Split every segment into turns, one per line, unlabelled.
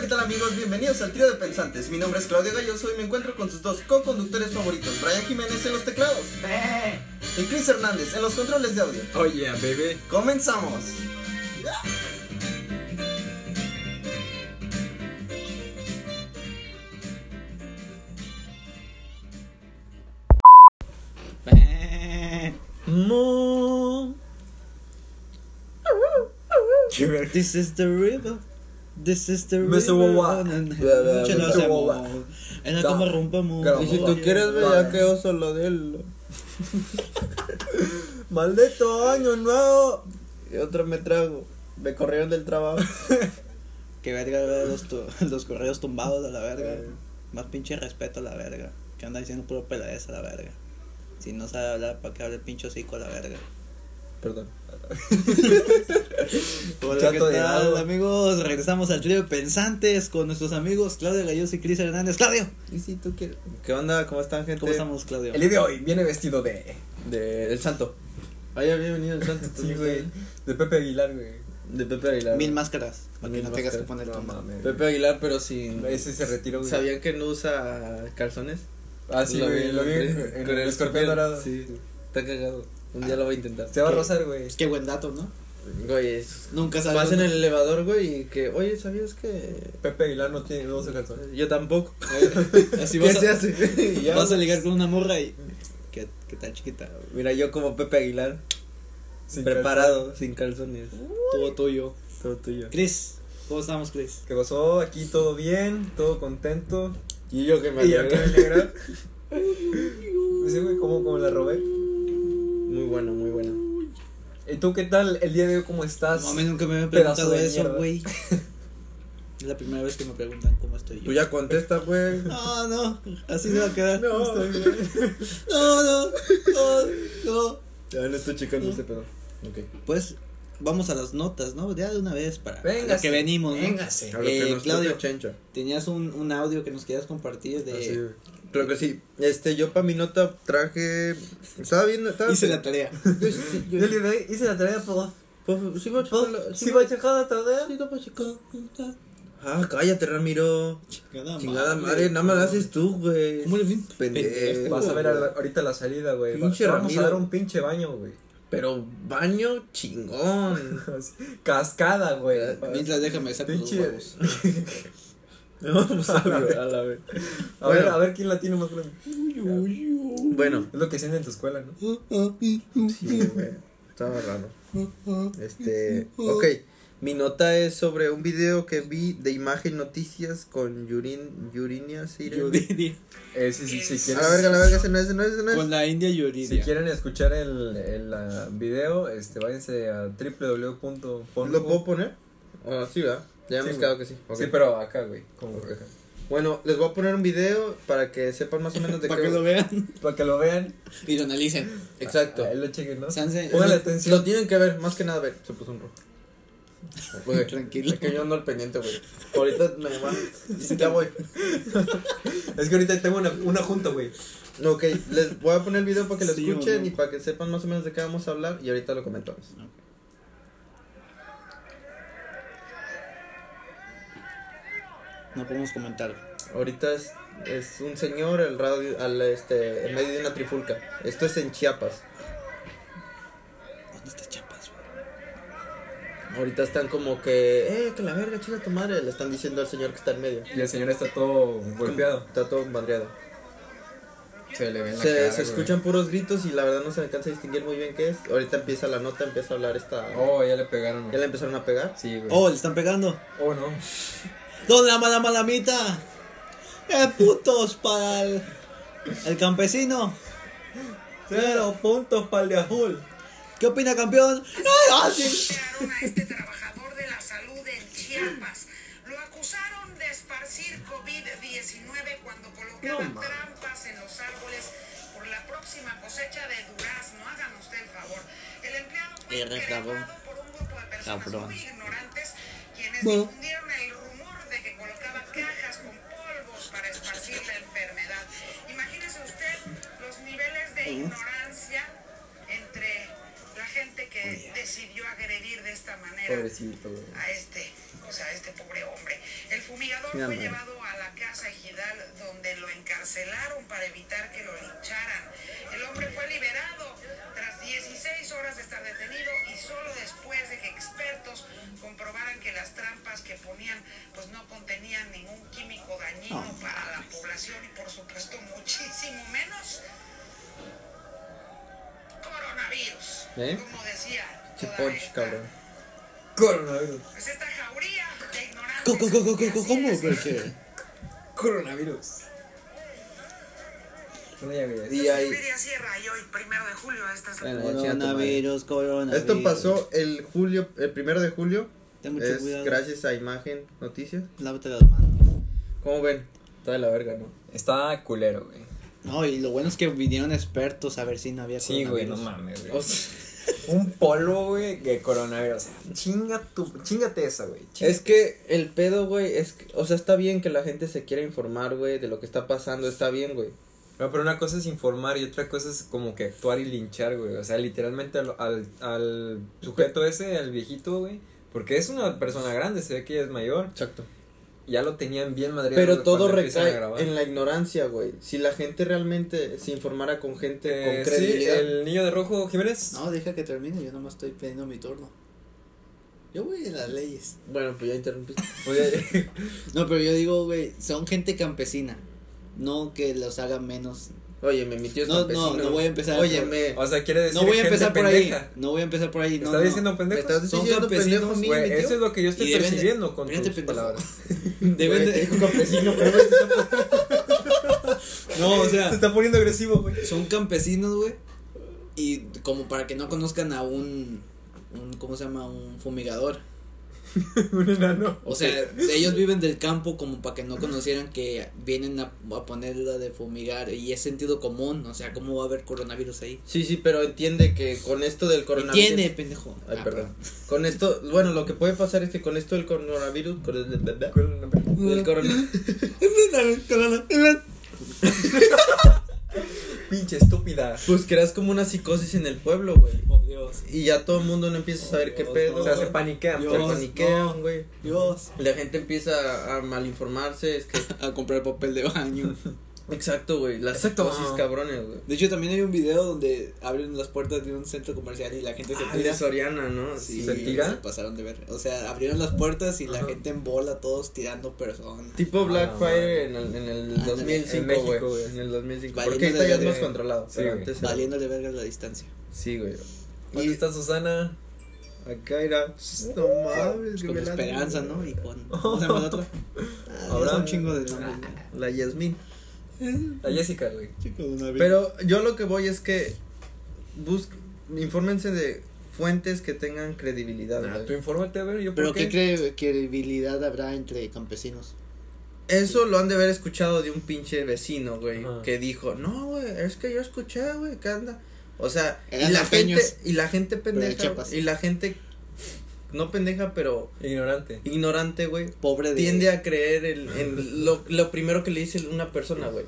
¿qué tal amigos? Bienvenidos al trío de pensantes. Mi nombre es Claudio Galloso y me encuentro con sus dos co-conductores favoritos, Brian Jiménez en los teclados
Eh.
y Chris Hernández en los controles de audio.
Oye, oh yeah, bebé.
¡Comenzamos!
Mo. This is the river. This is the
Mr. Wawa.
Mr. Wawa. En la
Da.
cama rompa mo.
Claro.
Y si tú quieres, ve, ya que oso lo de él.
Maldito año nuevo.
Y otro me trago. Me corrieron del trabajo.
Que verga güey, los, tu- los correos tumbados a la verga. Más pinche respeto a la verga. Que anda diciendo puro peladez a la verga. Si no sabe hablar, ¿para qué hable el pinche hocico a la verga?
Perdón.
Hola, ¿qué
Chato de
tal,
helado.
amigos? Regresamos al trío de pensantes con nuestros amigos Claudio Galloso y Cris Hernández. ¡Claudio!
Y si tú quieres. ¿Qué onda? ¿Cómo están, gente?
¿Cómo estamos, Claudio?
El día de hoy viene vestido de.
De El Santo.
Ah,
Ahí había venido el Santo.
Sí,
entonces,
güey. De Pepe Aguilar, güey.
De Pepe Aguilar.
Mil máscaras. Para que
Mil
no tengas que
máscaras.
poner
No
tu
mames.
Pepe Aguilar, pero sin.
Ese se retiró, güey.
¿Sabían que no usa calzones?
Ah, sí,
Lo vi
güey.
en
Lo vi
el-
en, en
con el
el
escorpión.
escorpión dorado.
Sí. Está cagado. Un día lo voy a intentar.
Se va a rozar, güey.
Es que buen dato, ¿no?
Güey, es-
Nunca sabes.
Vas en
¿no?
el elevador, güey, y que. Oye, ¿sabías que.?
Pepe Aguilar no tiene dos calzones.
Yo tampoco.
Así
¿Qué
vas,
se
a,
hace? Y ya,
vas a ligar con una morra y. ¿Qué, qué tal, chiquita?
Mira, yo como Pepe Aguilar,
Sin
preparado, sin calzones. Todo tuyo. Todo tuyo.
Cris, ¿cómo estamos, Cris?
calzón. ¿Qué pasó? Aquí todo bien, todo contento.
Y yo que me
Y yo que me
alegro.
alegra. Sí, güey, ¿cómo, cómo la robé?
Muy bueno, muy bueno.
¿Y tú qué tal el día de hoy? ¿Cómo estás?
No, a mí nunca me habían
Pedazo
preguntado
de
eso,
mierda.
güey. Es la primera vez que me preguntan cómo estoy yo.
Pues
Tú ya contesta, güey.
No, no, así se va a quedar.
No, estoy bien.
no, no, no, no.
Ya no estoy checando ese pedo. Ok.
Pues vamos a las notas, ¿no? Ya de una vez para
Véngase,
a lo que venimos, ¿no?
véngase.
A lo que
Eh,
nos
Claudio.
toca, chencha.
Tenías un, un audio que nos querías compartir de.
Así, güey. Claro Eh, que sí. Este, yo para mi nota traje. Estaba viendo. Estaba...
Hice la tarea.
Yo, sí, yo-
Yo le dije, hice la tarea, por
Pues, sí, voy a checar la-
¿Sí
sí
va
voy
a checar la tarea?
sí, voy a checar. Ah, cállate, Ramiro. Chingada madre, nada más la haces tú, güey.
¿Cómo le fin?
Pendejo.
Eh, Vas a ver a la- ahorita la salida, güey. Va-
Pinche
Vamos a
Ramiro.
dar un pinche baño, güey.
Pero baño chingón.
Así, Cascada, güey.
Mientras déjame sacar los
Pinche-
huevos.
Vamos pues, a ver, a la vez.
A ver,
Bueno.
a ver quién la tiene más grande.
Bueno,
Es lo que sienten en tu escuela, ¿no?
sí, güey, estaba raro. Este, ok, mi nota es sobre un video que vi de imagen noticias con Yurin, Yurinia Sire.
Yuridia.
Eh, sí, sí, sí.
A
quieren-
la verga, a la verga, ese no es, ese no es, ese no es.
Con la India
Si
Yuridia.
quieren escuchar el, el ah, video, este, váyanse a www.pornhub.
¿Lo puedo poner? Ah, sí, ¿verdad? Ya
Sí,
hemos
güey.
quedado que sí. ok.
Sí, pero acá, güey. Como
Ok.
que acá.
Bueno, les voy a poner un video para que sepan más o menos de
Para que lo vean
Para que lo vean.
y lo analicen.
Exacto.
Ahí lo chequen, ¿no?
Sanse-
Póngale
Lo-
atención.
Lo tienen que ver, más que nada ver. Se puso un rojo. Güey,
Tranquilo.
Es que yo ando al pendiente, güey. Ahorita me van. Ya voy.
Es que ahorita tengo una, una junta, güey.
No, ok, les voy a poner el video para que lo
Sí o
escuchen
no.
y para que sepan más o menos de qué vamos a hablar y ahorita lo comentamos.
No podemos comentar.
Ahorita es, es un señor al radio, al este, en medio de una trifulca. Esto es en Chiapas.
¿Dónde está Chiapas, güey?
Ahorita están como que, eh, que la verga, chica tu madre. Le están diciendo al señor que está en medio.
Y el señor está todo golpeado.
Está todo madreado.
Se le ve en la
Se,
cara,
se
güey.
escuchan puros gritos y la verdad no se alcanza a distinguir muy bien qué es. Ahorita empieza la nota, empieza a hablar esta.
Oh, ya le pegaron.
Ya la empezaron a pegar.
Sí, güey.
Oh, le están pegando.
Oh, no.
¿Dónde la mala malamita? ¡Eh, putos! Para el, el campesino.
Cero puntos para el de azul.
¿Qué opina, campeón? ¡Ay, ah, sí!
acusaron a este trabajador de la salud en Chiapas. Lo acusaron de esparcir COVID-19 cuando colocaba trampas en los árboles por la próxima cosecha de durazno. Hagan usted el favor. El empleado fue
Eres cabrón.
increpado por un grupo de personas
Cabrón.
muy ignorantes quienes
Bueno.
difundieron el rumor de que colocaba cajas con polvos para esparcir la enfermedad. Imagínese usted los niveles de ignorancia entre la gente que decidió agredir de esta manera
Pobrecito, güey.
a este pues a este pobre hombre. El fumigador fue
Míralo.
llevado a la casa ejidal donde lo encarcelaron para evitar que lo lincharan. El hombre fue liberado tras 16 horas de estar detenido y solo después de que expertos comprobaran que las trampas que ponían pues no contenían ningún químico dañino para la población y por supuesto muchísimo menos coronavirus.
¿Eh?
Como decía,
Che
toda
punch,
esta-
cabrón.
Coronavirus.
Pues esta jauría de ignorantes.
Co- co- co- co- co-
Así
¿Cómo?
es.
Porque
Coronavirus. Bueno, ya, mira,
Y ahí.
Viria Sierra y hoy, primero de julio, esta es la
Bueno, ya chinga tu madre.
coronavirus, coronavirus.
Esto pasó el julio, el primero de julio.
Ten mucho
es
cuidado.
gracias a Imagen Noticias.
Lávate las manos.
¿Cómo ven? Está de la verga, ¿no?
Está culero, güey.
No, y lo bueno es que vinieron expertos a ver si no había
Sí, güey, no
coronavirus.
mames, güey.
O sea,
Un polvo, güey, de coronavirus. O sea, chinga tu, chingate esa, güey. Chinga-
es que el pedo, güey, es que- o sea, está bien que la gente se quiera informar, güey, de lo que está pasando, está bien, güey.
No, pero una cosa es informar y otra cosa es como que actuar y linchar, güey. O sea, literalmente al, al, al sujeto ese, al viejito, güey. Porque es una persona grande, se ve que ya es mayor.
Exacto.
Ya lo tenían bien madreado.
Pero
güey,
todo
cuando empiezan a
recae
grabar.
en la ignorancia, güey. Si la gente realmente se informara con gente
Eh,
con
sí,
credibilidad.
el niño de rojo, Jiménez.
No, deja que termine, yo nomás estoy pidiendo mi turno. Yo voy a las leyes.
Bueno, pues ya interrumpiste.
Oye,
No, pero yo digo, güey, son gente campesina. No que los haga menos.
Oye, me metió
No, no, no voy a empezar.
Oye, me,
o sea, quiere decir
No voy a
gente
empezar por ahí.
pendeja.
No voy a empezar por ahí. No,
¿Estás
no.
diciendo
me
pendejo?
estás
Son
diciendo pendejo a mí,
Güey,
metió?
eso es lo que yo estoy
Y deben de-
percibiendo con tus
Fíjate, pendejo.
palabras.
Deben
Güey,
de-
te dijo campesino, pero güey, está-
No, o
Se
sea,
está poniendo agresivo, güey.
son campesinos, güey. Y como para que no conozcan a un, un ¿cómo se llama? Un fumigador.
Un enano.
O sea, ellos viven del campo como para que no conocieran que vienen a, a ponerla de fumigar y es sentido común, o sea, ¿cómo va a haber coronavirus ahí?
Sí, sí, pero entiende que con esto del coronavirus.
Tiene, pendejo.
Ay,
Ah,
perdón. Con esto, bueno, lo que puede pasar es que con esto del coronavirus. Con el, del corona-
Pinche estúpida.
pues creas como una psicosis en el pueblo, güey.
Oh, Dios.
Y ya todo el mundo no empieza a saber qué
Dios,
pedo.
O sea, se
güey.
paniquean.
Se
Dios,
paniquean,
no.
güey.
Dios.
La gente empieza a malinformarse. Es que.
A comprar papel de baño.
Exacto, güey. Las
Exacto.
psicosis cabrones, güey.
De hecho, también hay un video donde abren las puertas de un centro comercial y la gente se
Ah, el de
tira.
Soriana, ¿no?
Sí,
¿Se tira?
se pasaron de ver. O sea, abrieron las puertas y la
Ajá.
gente en bola, todos tirando personas.
Tipo
Ah,
Black
no,
Friday en el, en el
Ándale,
2005,
en México,
güey.
güey.
En el
Valiendo
2005. Porque ahorita ya es
verga.
más controlado.
Sí,
pero
güey.
antes era-
Valiéndole vergas la distancia.
Sí, güey.
¿Dónde está Susana?
Acá era. No mames,
Pues, Con
güey, la-
esperanza, ¿no? Y con. ¿Cómo se llama la otra?
Ahora-
Ahora un chingo de nombres. ya.
La Yasmin.
La Jessica, güey.
Pero yo lo que voy es que. Bus... Infórmense de fuentes que tengan credibilidad.
Ah,
Nah,
güey.
tú infórmate, a ver, yo
¿Pero
por
qué cre- credibilidad habrá entre campesinos?
Eso lo han de haber escuchado de un pinche vecino, güey.
Ajá.
Que dijo, no, güey, es que yo escuché, güey, que anda. O sea, y
Eran
la, gente,
norteños.
y la gente
de
pendeja.
Chiapas.
Y la gente. No pendeja, pero
Ignorante.
ignorante, güey.
Pobre de.
tiende a creer en, en lo, lo primero que le dice una persona, güey.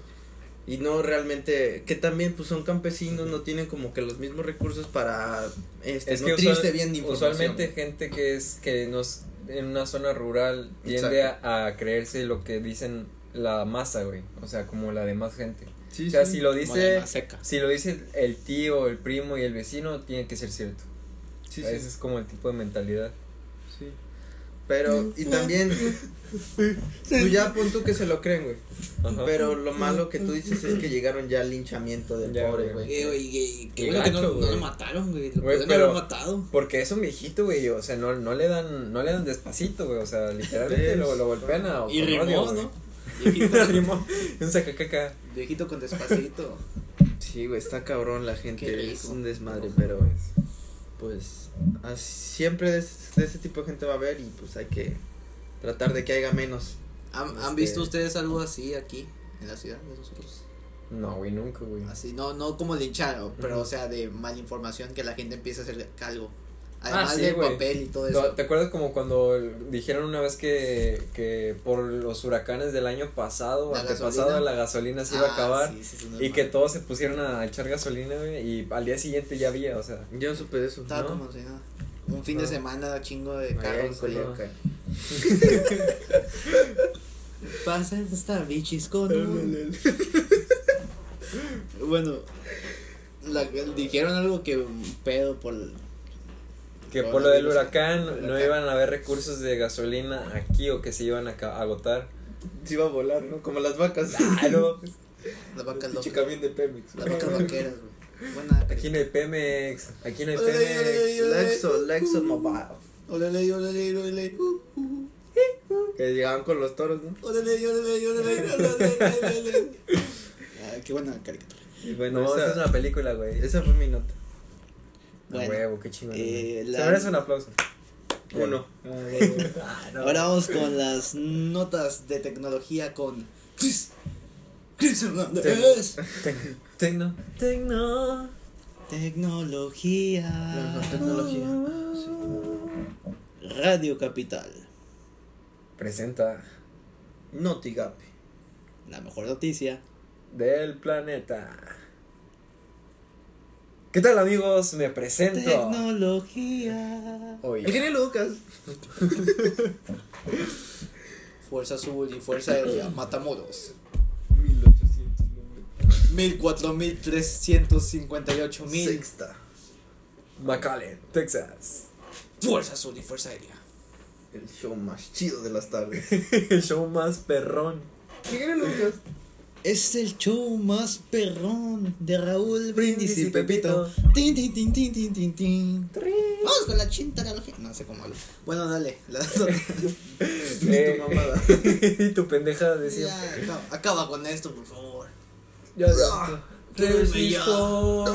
Y no realmente, que también pues son campesinos, no tienen como que los mismos recursos para este,
es que
nutrirse
usual-
bien de información.
usualmente gente que es que nos en una zona rural tiende a, a creerse lo que dicen la masa, güey. O sea, como la demás gente.
Sí,
O sea,
sí.
si lo
como de
dice
Maseca.
si lo dice el tío, el primo y el vecino tiene que ser cierto.
Sí,
Ese
sí,
es como el tipo de mentalidad.
sí. Pero, y también, tú ya pon tú que se lo creen, güey.
Ajá.
Pero lo malo que tú dices es que llegaron ya al linchamiento del
Ya,
pobre,
güey.
güey.
Eh, güey, eh,
Qué
Qué bueno que no,
gacho,
no
güey.
lo mataron, güey. Lo
Güey,
pudieron
pero-
haber matado.
Porque es un viejito, güey, o sea, no, no le dan no le dan despacito, güey, o sea, literalmente lo, lo golpean a
Y
con odio,
rimó,
güey.
¿no? Viejito,
Rimó. Un sacacaca.
viejito con despacito.
Sí, güey, está cabrón la gente,
Qué
es
rico.
un desmadre, pero pues as- siempre de, es- de ese tipo de gente va a haber y pues hay que tratar de que haya menos.
¿Han, han
Este-
visto ustedes algo así aquí, en la ciudad de nosotros?
No, güey, nunca, güey.
Así, no, no como linchado, pero
Ujú.
o sea, de malinformación que la gente empieza a hacer algo. Además
Ah, sí,
del
güey.
papel y todo
No,
eso.
¿Te acuerdas como cuando el- dijeron una vez que, que por los huracanes del año pasado,
La
antepasado,
gasolina.
la gasolina se iba a
Ah,
acabar?
sí, sí, sí, no
Y
es
que
malo.
todos se pusieron a echar gasolina, güey, y al día siguiente ya había, o sea.
Yo no supe de eso.
Estaba
¿no?
como si nada. Un fin
No.
de semana chingo de
Allá en
carros.
Culiacán.
Pasa esta bichis con un- Bueno, la- dijeron algo que un pedo por.
Que por lo del huracán no iban a haber recursos de gasolina aquí o que se iban a ca- a agotar.
Se iba a volar, ¿no? Como las vacas.
Claro,
Las vacas
pinche
locas.
camión de Pemex.
Las vacas vaqueras, güey. Buena.
Aquí no hay Pemex, aquí no hay
Ole, ole,
Pemex.
ole.
Lexo, Lexo Mobile.
Órale, órale, órale. Uh, uh,
Que llegaban con los toros, ¿no?
Órale, órale, órale, órale, órale, órale. Ah, Qué buena caricatura.
Y Bueno,
No,
esa
esa-
es una película, güey.
Esa fue mi nota.
A huevo, qué chingón.
eh, la-
Se merece un aplauso.
Uno.
Ah, no.
Ahora vamos con las notas de tecnología con Chris. Chris Hernández.
Tecno. Tecno.
Tecnología. Radio Capital.
Presenta
No tigape.
La mejor noticia.
del planeta. ¿Qué tal, amigos? Me presento.
Tecnología.
Oye.
tiene Lucas?
Fuerza Azul y Fuerza Aérea. Matamoros.
1800.
14.358 mil.
Sexta.
McAllen, Texas.
Fuerza Azul y Fuerza Aérea.
El show más chido de las tardes.
El show más perrón.
tiene Lucas?
Es el show más perrón de Raúl Brindis y
Brindis y
Pepito.
Pepito.
Tin, tin, tin, tin, tin, tin, tin. Vamos con la chintarología. No sé cómo hablo. Bueno, dale. La,
Eh,
tu mamada.
y tu pendeja decía.
Ya, acaba, acaba con esto, por favor.
Ya,
Ah,
ya.
Duerme ya.
Resistol.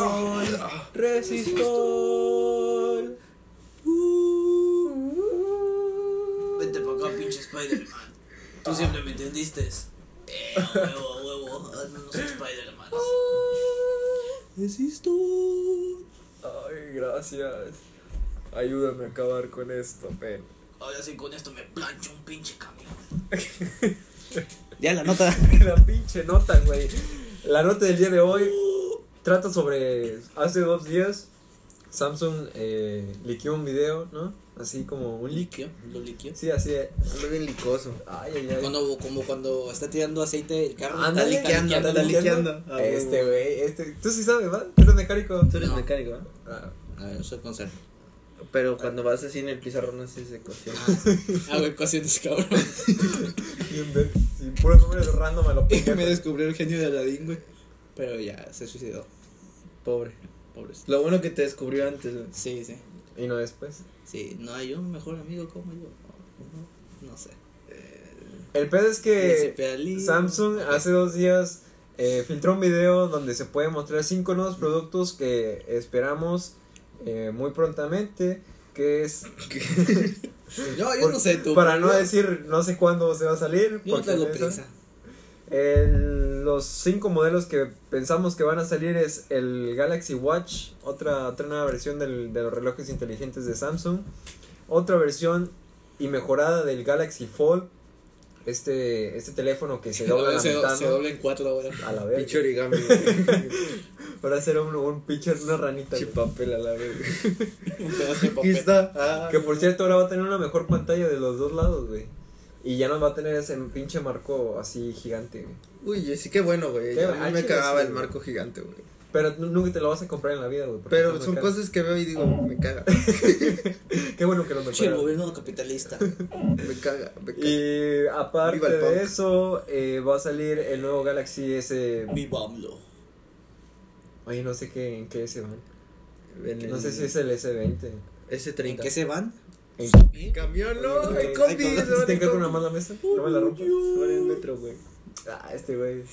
Resistol. Uh, uh.
Vente para acá, pinche Spider-Man. Tú siempre me entendiste. Eh, a huevo, a huevo. Ah, Hazme unos Spider-Man. Existo.
Ay, gracias. Ayúdame a acabar con esto, pen.
Ahora sí, con esto me plancho un pinche camión. ya la nota.
La pinche nota, güey. La nota del día de hoy trata sobre. Hace dos días, Samsung eh, liqueó un video, ¿no? Así como un leak.
Liquio, lo liquio.
Sí, así. de-
Ando bien licoso.
Ay, ay, ay.
Cuando, como cuando está tirando aceite el carro.
Ándale,
está liqueando,
ándale,
está
ándale.
liqueando. Ah,
liqueando.
Este, güey. Este, tú sí sabes, ¿verdad? Tú eres mecánico.
Tú eres
No.
mecánico, ¿eh?
Ah,
A ver, soy conserje.
Pero cuando vas así en el pizarrón así se cocina.
Ah, güey, cocientes, cabrón.
bien, ver. Sí, puro número random a lo
Y me
pendejo.
descubrió el genio de Aladín, güey. Pero ya, se suicidó.
Pobre.
Pobrecito.
Lo bueno que te descubrió antes, güey.
Sí, sí.
Y no después.
Sí, no hay un mejor amigo como yo. No, no sé.
El pedo es que.
Príncipe Ali.
Eh, Samsung hace dos días eh, filtró un video donde se pueden mostrar cinco nuevos productos que esperamos eh, muy prontamente. Que es
Yo, Ah, yo
por-
no sé tú.
para
pero
no
yo-
decir no sé cuándo se va a salir.
Yo no
porque
tengo
de esa-
prisa.
el- los cinco modelos que pensamos que van a salir es el Galaxy Watch, otra, otra nueva versión del- de los relojes inteligentes de Samsung, otra versión y mejorada del Galaxy Fold, este, este teléfono que se dobla la
Eh, se,
mitad,
se
¿no?
dobla en cuatro ahora.
a la vez.
Pinche origami. güey.
Para hacer un, un pitcher, una ranita.
Pinche
güey.
papel a la vez. güey.
Un pedazo de
Aquí
papel.
está. Ah.
Que por cierto ahora va a tener una mejor pantalla de los dos lados, güey. Y ya no va a tener ese pinche marco así gigante, güey.
Uy, sí, qué bueno, güey.
Qué
A mí me
bache,
cagaba
sí,
el
güey.
marco gigante, güey.
Pero nu- nunca te lo vas a comprar en la vida, güey. porque
Pero
está
son
muy caro.
cosas que veo y digo, me caga,
Qué bueno que lo
Che, el
mejoraron.
gobierno capitalista.
me caga, me caga.
Y
Viva
aparte
el punk.
de eso, eh, va a salir el nuevo Galaxy S.
Viva AMLO.
Oye, no sé qué, en qué S van.
En
No sé
el-
si es el S20.
Ese
¿En
30.
qué se van?
¿En
Camión, no, Oh,
Ay,
en
cabrón,
combi.
¿te
se van en
encargo una
combi.
mala mesa? No me la rompo.
Se van en metro, güey.
Ah, este güey.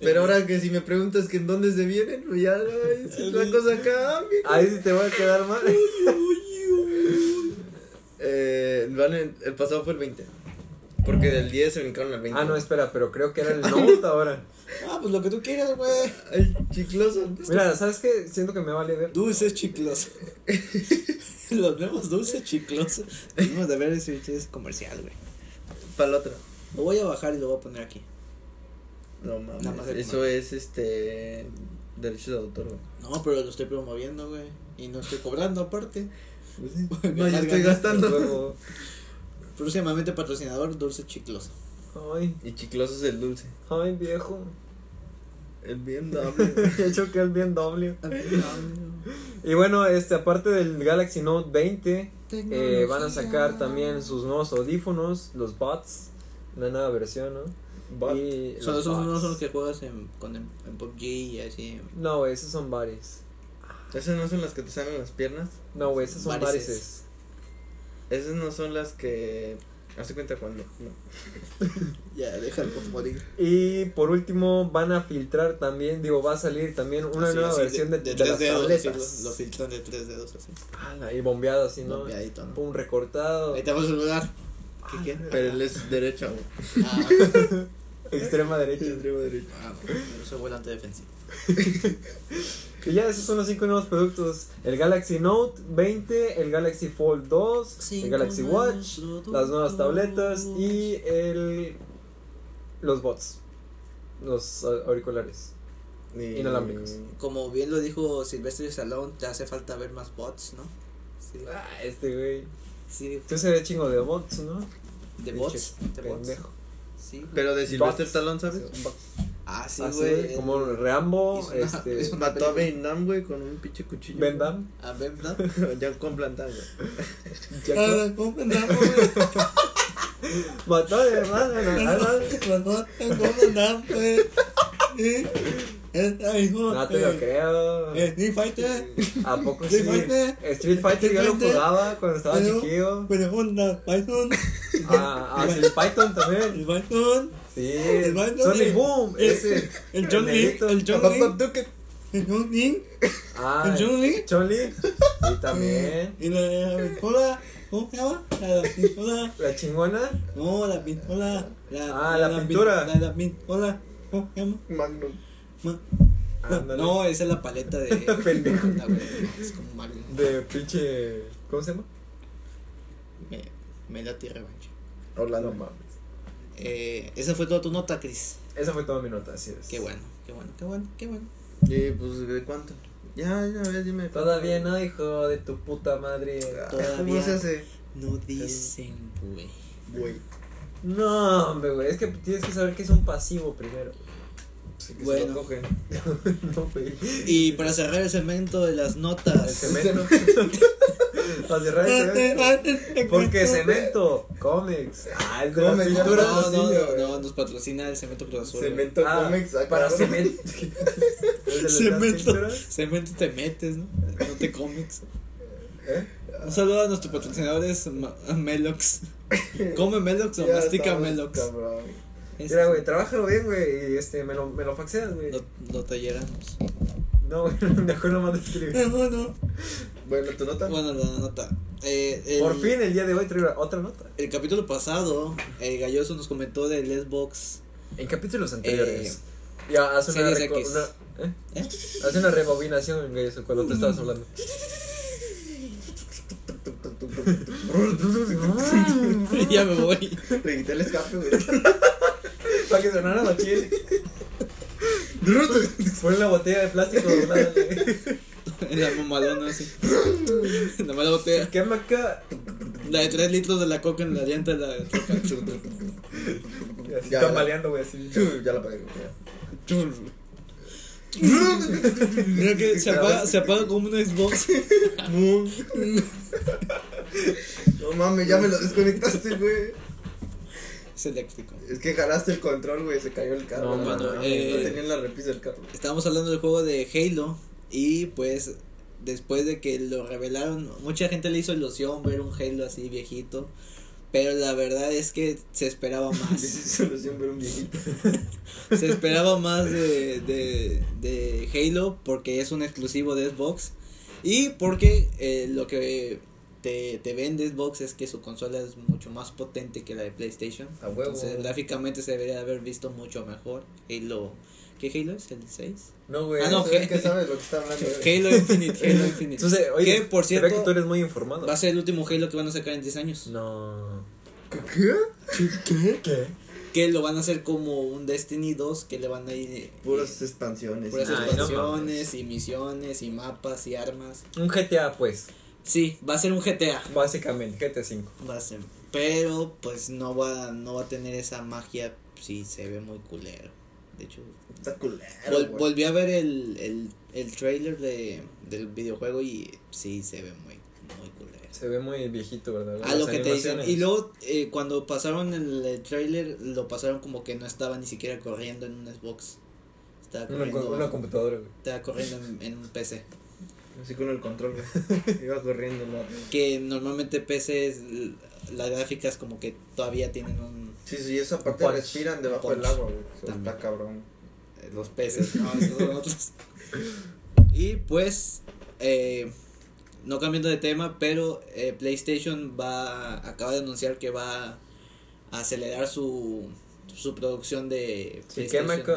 Pero ahora que si me preguntas que en dónde se vienen, pues ya ay, si la cosa cambia.
Ahí sí te voy a quedar mal.
Eh, van en- el pasado fue el 20. Porque del 10 se brincaron al 20.
Ah, no, espera, pero creo que era el 90 ahora.
Ah, pues lo que tú quieras, güey.
Ay, chicloso.
Mira, ¿sabes qué? Siento que me vale ver.
Dulces chiclos. Los nuevos dulces chiclos. Debemos de ver ese es comercial, güey.
Para el otro.
Lo voy a bajar y lo voy a poner aquí.
No mames.
Nada más el
eso es este. Derecho de autor, güey.
No, pero lo estoy promoviendo, güey. Y no estoy cobrando aparte.
No, yo
Más
estoy
ganas.
gastando.
Luego,
Próximamente patrocinador Dulce Chicloso.
Ay,
Y chicloso es el dulce.
ay, viejo.
El bien dable.
He hecho que el bien doble. Y bueno, este aparte del Galaxy Note 20, eh, van a sacar también sus nuevos audífonos, los Buds, la nueva versión, ¿no?
Bot.
Y
Son esos
Buds.
no son los que juegas en, con, en, en PUBG y así.
No, güey, esos son Buddies.
¿Esas no son las que te salen las piernas?
No, güey, esos son
Varices.
varices.
Esas no son las que... Hace cuenta cuando... No.
Ya, déjalo por morir.
Y por último, van a filtrar también, digo, va a salir también una
Así,
nueva
así,
versión de, de, las
tres dedos. así,
tabletas.
lo, lo filtran de tres dedos así.
Ala, y bombeado así, ¿no?
Bombeadito, ¿no?
Un recortado.
Ahí te vamos a saludar. ¿Qué qué?
Pero él es derecha, güey.
Ah,
Extrema derecha.
derecha.
ah, pero soy volante defensivo.
Y ya esos son los cinco nuevos productos. El Galaxy Note 20, el Galaxy Fold 2, el Galaxy Watch, las nuevas tabletas y el los bots. Los au- auriculares. Inalámbricos.
Como bien lo dijo Silvestre Salón, te hace falta ver más bots, ¿no? Sí,
Ah, este güey.
sí
Tú se ve chingo de bots, ¿no?
de bots. De bots.
Pendejo.
Sí.
Pero de Silvestre
Bots.
Talón, ¿sabes?
Bots.
Ah, sí,
Así,
güey.
como Rambo,
hizo una-
este.
hizo una-
Mató a Ben Nam, güey, con un pinche cuchillo.
Ben Damme.
A ver, ¿no?
Ya con planta, güey.
Jack-
un pendejo, güey.
Mató de verdad a- a- a-
Pues
No te lo creo.
Eh, Fighter,
¿A poco sí?
Street Fighter.
Street Fighter yo lo
Street Fighter.
jugaba cuando estaba
Pero- pues,
chiquillo.
pero onda, Python,
Ah, ah, sí, el Python también.
el Python,
Sí.
Python
Sonic
y-
Boom. Ese.
el John Lee,
Negrito.
el John Lee, el John Lee,
Ah,
el John Lee.
Chun-Li. Sí, también.
y la pintura, ¿cómo se llama? La pintura,
La chingona.
no, la pintura, la,
Ah, la
pin-
pintura.
la, la pintura, ¿cómo se llama?
Magnum.
Ma-
Ándale.
No, esa es la paleta de.
Pendejo.
Anda, güey, Es como Magnum.
De pinche. ¿Cómo se llama?
Me, me late revancha.
Orlando.
No mames.
Eh, esa fue toda tu nota, Cris.
Esa fue toda mi nota, así es.
Qué bueno, qué bueno, qué bueno, qué bueno.
Y pues, ¿de cuánto? Ya, ya, ya, dime.
Todavía no, hijo de tu puta madre.
Ah, ¿Cómo
Todavía.
se hace?
No dicen, güey.
Güey.
No, hombre, güey. Es que tienes que saber que es un pasivo primero.
Bueno.
No, güey.
Y para cerrar el segmento de las
El
notas.
cemento. Para cerrar el
Eh,
cemento. Porque cemento, cómics. Ah, es de las
Cómics,
pinturas
No, no,
así,
no,
güey.
no, nos patrocina el cemento Cruz Azul. güey.
Cemento
Ah,
Comics. ah,
para
cabrón.
cemento. Es de las
Cemento,
pinturas.
cemento te metes, ¿no? No te comics.
¿Eh?
Un saludo a nuestros patrocinadores Ma- Melox. Come Melox o
Ya
mastica
estamos,
Melox.
cabrón.
Es-
Mira, güey, trabájalo bien, güey, y este, me lo, me lo faxeas, güey.
Lo, lo talleramos.
No, güey, mejor no mandas escribir.
No, no.
Bueno, ¿tu nota?
Bueno, la nota. Eh, el,
Por fin, el día de hoy traigo otra nota.
El capítulo pasado, el galloso nos comentó del Xbox.
En capítulos anteriores. Eh, ya, haz una,
Series
reco-
X.
una- ¿eh?
¿Eh?
Haz una rebobinación, güey, eso, cuando tú estabas hablando.
ya me voy.
Le quité el escape, güey.
Para que sonara la chile. Pon la botella de plástico doblada, güey.
En la mamalona así. En la mala botella.
Quema acá.
La de 3 litros de la coca en la llanta de la troca.
Y Así
Ya,
tambaleando, güey, así.
Chu, Ya la pagué, güey. ya.
Mira que se apaga, se apaga como un Xbox.
No mames, ya me lo desconectaste, güey.
Es eléctrico.
Es que jalaste el control, güey. Se cayó el
No,
carro. No,
mano,
no,
eh.
tenía en la repisa el carro.
Estábamos hablando del juego de Halo. Y pues, después de que lo revelaron, mucha gente le hizo ilusión ver un Halo así viejito. Pero la verdad es que se esperaba más.
Dice solución ver un viejito.
se esperaba más de, de, de Halo porque es un exclusivo de Xbox y porque eh, lo que te, te vende Xbox es que su consola es mucho más potente que la de PlayStation.
A huevo.
Entonces, gráficamente se debería haber visto mucho mejor Halo. ¿Qué Halo es? ¿El 6?
No, güey.
Ah, no,
Es que sabes lo que está hablando, eh. güey.
Halo Infinite, Halo Infinite.
Entonces, oye,
que por
se ve que
cierto
tú eres muy informado.
va a ser el último Halo que van a sacar en 10 años.
No.
¿Qué?
¿Qué?
Que lo van a hacer como un Destiny 2 que le van a ir... eh,
Puras expansiones. Ah,
puras
Ay, no
expansiones y misiones y mapas y armas.
Un GTA, pues.
Sí, va a ser un GTA.
Básicamente, GTA V.
Va a ser. Pero pues no va, no va a tener esa magia si se ve muy culero. De hecho,
Está culero,
vol-
güey.
volví a ver el, el, el trailer de, del videojuego y sí se ve muy, muy culero.
Se ve muy viejito, ¿verdad?
A Ah, lo
Las
que te dicen.
animaciones.
Y luego, eh, cuando pasaron el, eh, trailer, lo pasaron como que no estaba ni siquiera corriendo en un Xbox. Estaba
Una,
corriendo,
co- una computadora, güey.
estaba corriendo en, en un PC.
Así con el control, güey. Iba corriendo, ¿no?
Que normalmente PC, es l- las gráficas como que todavía tienen un...
Sí, sí, esa parte
Punch.
respiran debajo
Punch.
del agua, güey. Eso
También.
Está cabrón.
eh, Los peces, no, esos son otros. Y pues, eh, no cambiando de tema, pero eh, PlayStation va acaba de anunciar que va a acelerar su, su producción de
Sí, qué meco.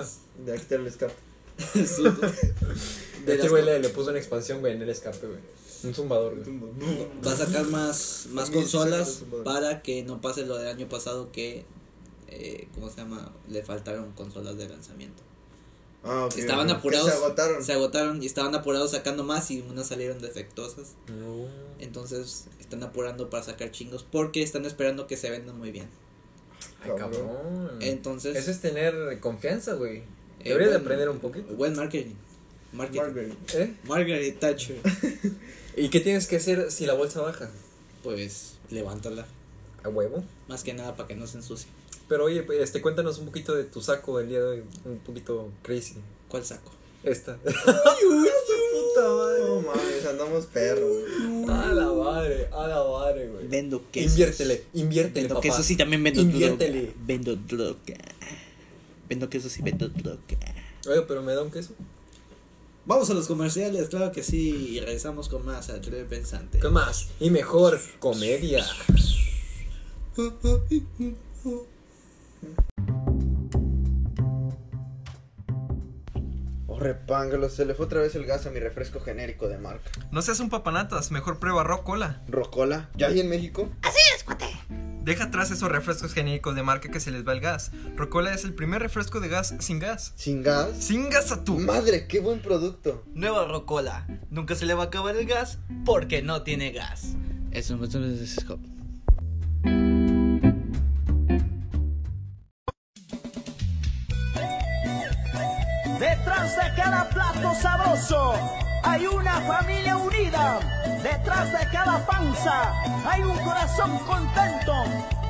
De aquí te lo escape.
Su- de
Este
las
güey
co-
le, le puso una expansión, güey, en el escape, güey. Un zumbador, güey.
va a sacar más, más
Sí, sí,
consolas
sí, sí, sí.
para que no pase lo del año pasado que, eh, ¿cómo se llama? Le faltaron consolas de lanzamiento.
Ah, ok.
Estaban
ok.
apurados.
Que se agotaron.
Se agotaron y estaban apurados sacando más y unas salieron defectuosas.
No.
Entonces están apurando para sacar chingos porque están esperando que se vendan muy bien.
Ay, cabrón.
Entonces,
Eso es tener confianza, güey.
eh,
Deberías de
buen-
aprender un poquito.
Buen marketing. Marketing.
Margaret.
¿Eh?
Margaret Thatcher.
¿Y qué tienes que hacer si la bolsa baja?
pues levántala.
A huevo.
Más que nada para que no se ensucie.
Pero oye, pues, este, cuéntanos un poquito de tu saco del día de hoy. Un poquito crazy.
¿Cuál saco?
Esta. puta madre!
No mames, andamos perro, güey.
A la madre, a la madre, güey.
Vendo quesos.
Inviértele, inviértele,
Vendo
papá.
quesos y también vendo
Inviértele.
droga. Vendo droga. Vendo quesos y vendo droga.
Oye, pero me da un queso.
Vamos a los comerciales, claro que sí. Y regresamos con más al Treve Pensante.
¿Qué más? Y mejor, comedia.
Oh, repángalo, se le fue otra vez el gas a mi refresco genérico de marca.
No seas un papanatas, mejor prueba Rocola.
Rocola, ¿ya hay en México?
Deja atrás esos refrescos genéricos de marca que se les va el gas. Rocola es el primer refresco de gas sin gas.
¿Sin gas?
¡Sin gas a tu!
Madre, qué buen producto.
Nueva Rocola. Nunca se le va a acabar el gas porque no tiene gas.
Eso no es Scope.
Detrás de cada plato sabroso hay una familia unida. Detrás de cada panza hay un corazón contento.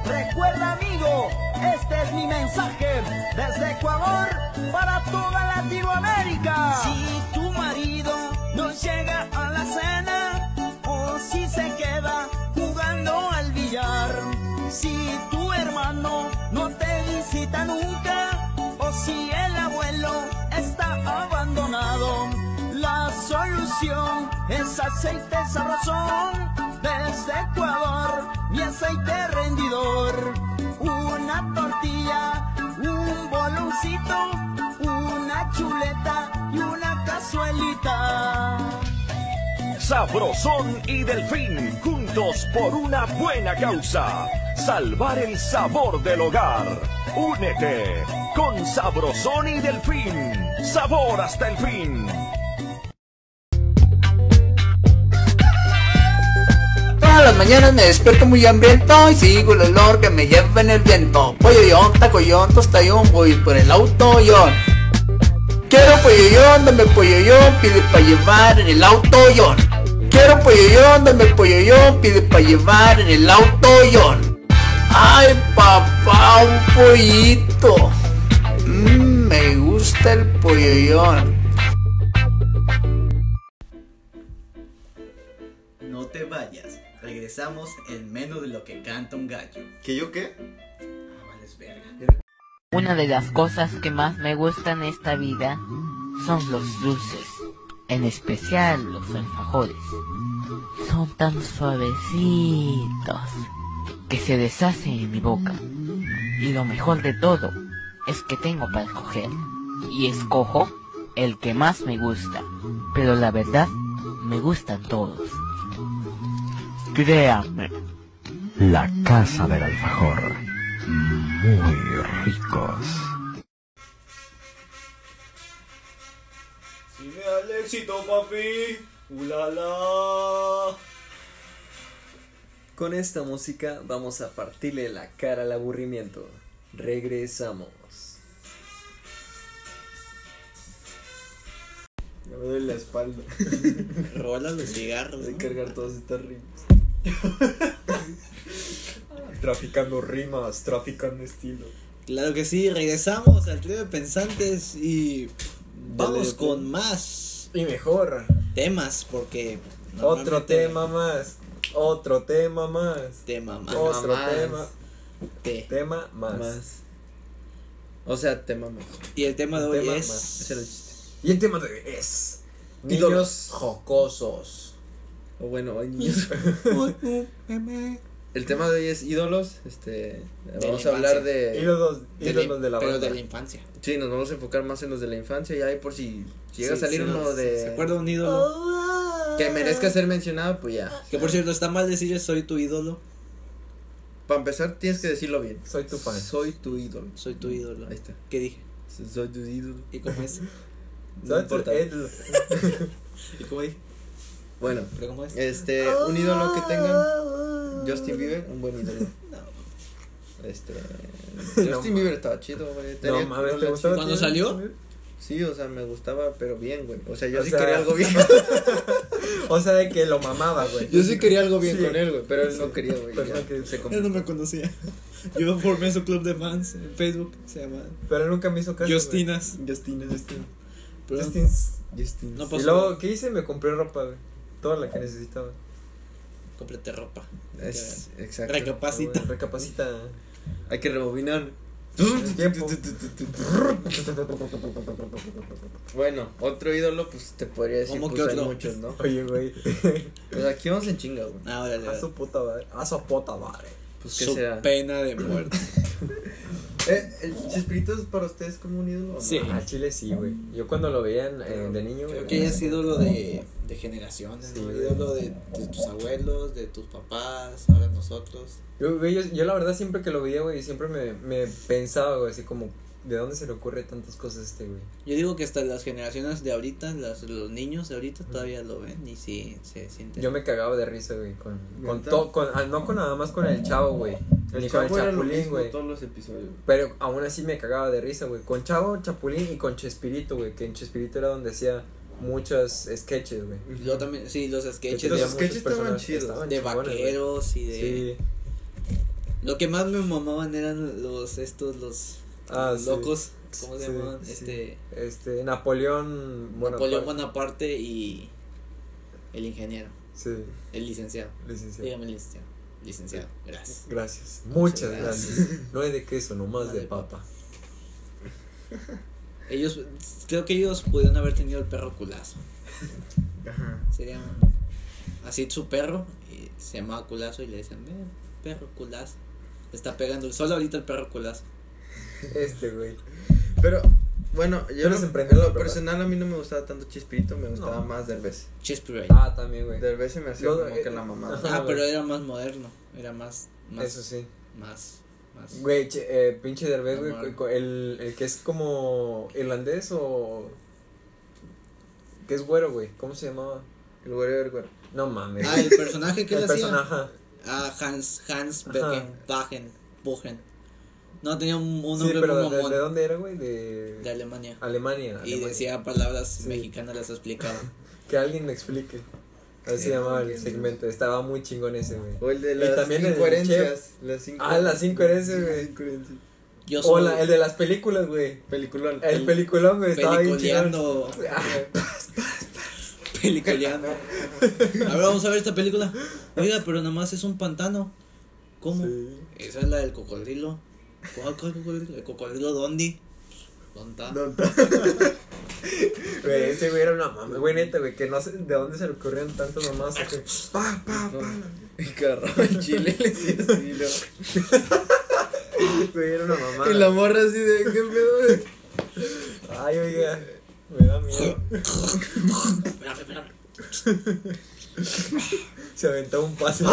Recuerda amigo, este es mi mensaje desde Ecuador para toda Latinoamérica. Si tu marido no llega a la cena o si se queda jugando al billar, si tu hermano no te visita nunca o si el abuelo está abandonado. La solución es aceite sabrosón desde Ecuador, mi aceite rendidor. Una tortilla, un boloncito, una chuleta y una cazuelita.
Sabrosón y Delfín, juntos por una buena causa. Salvar el sabor del hogar. Únete con Sabrosón y Delfín. Sabor hasta el fin.
Todas las mañanas me despierto muy hambriento y sigo el olor que me lleva en el viento. Polloyón, tacoyón, tostayón, voy por el auto yo. Quiero polloyón, dame polloyón, pide pa' llevar en el auto yo. Quiero polloyón, dame polloyón, pide pa' llevar en el auto yo. Ay papá, un pollito. Mm, me gusta el polloyón.
No te vayas, regresamos en menos de lo que canta un gallo.
¿Que yo qué?
Ah, vales verga.
Una de las cosas que más me gustan en esta vida son los dulces, en especial los alfajores. Son tan suavecitos que se deshacen en mi boca. Y lo mejor de todo es que tengo para escoger. Y escojo el que más me gusta. Pero la verdad, me gustan todos. Créanme.
La casa del alfajor. Muy ricos.
Si me da el éxito, papi. Ulala.
Con esta música vamos a partirle la cara al aburrimiento. Regresamos.
Me duele la espalda.
Rola los cigarros.
Hay
¿no?
que cargar todas estas rimas. traficando rimas, traficando estilo.
Claro que sí, regresamos al trío de pensantes y vamos
Dale, pues.
con más
Y mejor.
temas porque
Otro
normalmente-
tema más. Otro tema más.
tema más
Otro
más.
tema.
te.
Tema más.
Más. O sea, te mamas.
y el tema de hoy
Tema
es
más.
Ese era el chiste.
Y el tema de hoy es.
Ídolos.
Niños jocosos.
O bueno, hay niños. El tema de hoy es ídolos. Este, vamos
la
a hablar
infancia.
de.
Ídolos,
de
ídolos
la-
de la
pero
banda.
de la infancia
Sí, nos vamos a enfocar más en los de la infancia. Y ahí por si llega
Sí,
a salir
sí,
uno
no,
de.
se acuerda un ídolo
Que merezca ser mencionado, pues ya.
que por cierto está mal decir yo soy tu ídolo
Para empezar, tienes que decirlo bien.
Soy tu fan.
Soy tu ídolo.
soy tu ídolo
Ahí está.
qué dije
Soy tu ídolo.
y cómo es
No
Soy tu
importa.
ídolo.
y cómo dije
Bueno,
pero cómo es
este, un ídolo que tengan. Justin Bieber, un buen ídolo. Este. Justin Bieber estaba chido, güey.
No
Tenía
mames, ¿te
rolas
gustaba?
¿Cuándo
Justin
salió?
Bieber?
Sí, o sea, me gustaba, pero bien, güey. O sea, yo
O
sí
sea-
quería algo bien.
O sea, de que lo mamaba, güey.
Yo sí quería algo bien
Sí.
con él, güey, pero él no quería, güey.
Pero
ya,
no quería.
se
él no
complicó.
me conocía yo formé su club de fans en Facebook se llama
Pero nunca me hizo caso. Pues, güey.
Justinas
Justina, Justina.
Pero-
Justins.
Justin.
no
Y
pasó
luego, ¿qué hice? Me compré ropa, güey. Toda la que necesitaba.
Cómprate ropa
Es, exacto.
recapacita
Bueno, Recapacita.
Hay que rebobinar.
Tiempo.
Bueno, otro ídolo, pues te podría decir
¿Cómo
pues,
que
hay
otro?
muchos, ¿no?
Oye, güey.
Pues aquí vamos en chinga, güey.
ahora le
A su puta madre. A su puta madre.
Pues qué
Ah, su
será.
pena de muerte
Eh, ¿El Chespirito es para ustedes como un ídolo? o no?
Sí.
Al chile sí, güey. Yo cuando lo veía en- eh, de niño, güey.
Creo que es ídolo de, de generaciones,
Sí,
¿no?
güey.
ídolo de, de tus abuelos, de tus papás, ahora nosotros.
Yo, güey, yo, yo la verdad siempre que lo veía, güey, siempre me, me pensaba, güey, así como, ¿de dónde se le ocurre tantas cosas a este, güey?
Yo digo que hasta las generaciones de ahorita, las, los niños de ahorita todavía lo ven y sí se sienten.
Yo me cagaba de risa, güey, con, con
¿Neta?
todo, con, ah, no con nada más con el chavo, güey, ni con el
Chavo era lo
chapulín,
mismo
güey.
todos los episodios.
Pero aún así me cagaba de risa, güey. Con Chavo, Chapulín y con Chespirito, güey. Que en Chespirito era donde hacía muchos sketches, güey.
Yo también, sí, los sketches
tenía
Los
de,
muchos
sketches estaban
personajes,
chidos.
de
chingones, güey.
vaqueros y de...
Sí.
Lo que más me mamaban eran los estos, los
Ah, sí.
locos, ¿cómo se
Sí,
llamaban?
sí.
Este,
Este, Napoleón Bonaparte.
Napoleón Bonaparte y el ingeniero,
Sí,
el licenciado.
licenciado.
Dígame licenciado. Licenciado, gracias.
Gracias. Muchas
Muchas
gracias. No es de queso, nomás
Más
de,
de
papa.
Ellos, creo que ellos pudieron haber tenido el perro culazo.
Ajá.
Sería un- así su perro, y se llamaba culazo y le decían, "Ven, perro culazo. Le está pegando el sol ahorita el perro culazo.
Este, güey.
Pero, bueno, yo
eres
no-
emprendedor,
lo
¿verdad?
personal a mí no me gustaba tanto Chespirito, me gustaba
No.
más Derbez.
Chespirito. Ah,
Ah, también, güey.
Derbez se me hacía
Yo-
como
eh,
que la mamada.
ajá.
pero era más moderno, era más, más,
Eso sí.
más, más.
Güey, che- eh, pinche Derbez, güey.
Amar.
co- El, el que es como irlandés o. que es güero, güey. ¿Cómo se llamaba?
El güero era el güero.
No mames.
Ah, el personaje que
el
le hacía.
personaje.
Ah, Hans, Hans
Ajá.
Becken, Bagen, Buchen. No, tenía un, un
Sí,
nombre
pero
muy
de,
mamón
de dónde era, güey? De,
de Alemania.
Alemania.
Y
Alemania.
decía palabras
Sí.
mexicanas, las explicaba.
Que alguien me explique. Así
Sí.
llamaba el segmento. Estaba muy chingón ese, güey.
O el de
Y
las
también el del
incoherencias. Las cinco-
Ah, las cinco herencias, güey.
Las incoherencias.
Yo
O
soy
la- el de las películas, güey.
Peliculón.
El peliculón, güey. Estaba bien chingón.
pelicoleando.
Ah,
Pelicoleando. A ver, vamos a ver esta película. Oiga, pero nada más es un pantano. ¿Cómo?
sí.
Esa es la del cocodrilo. ¿Cuál, cuál cocodrilo? ¿El cocodrilo dónde? ¿Dónde está?
Güey, ese güey era una mamá. Güey, neta, güey, que no sé de dónde se le ocurrieron tantas mamás. güey.
Y que agarraba el chile y le hacía así, ¿no?
Güey, era una mamá.
Y la morra así de, ¿qué pedo? güey?"
Ay, oiga. Me da miedo.
Espérame, espérame.
Se aventó un pase.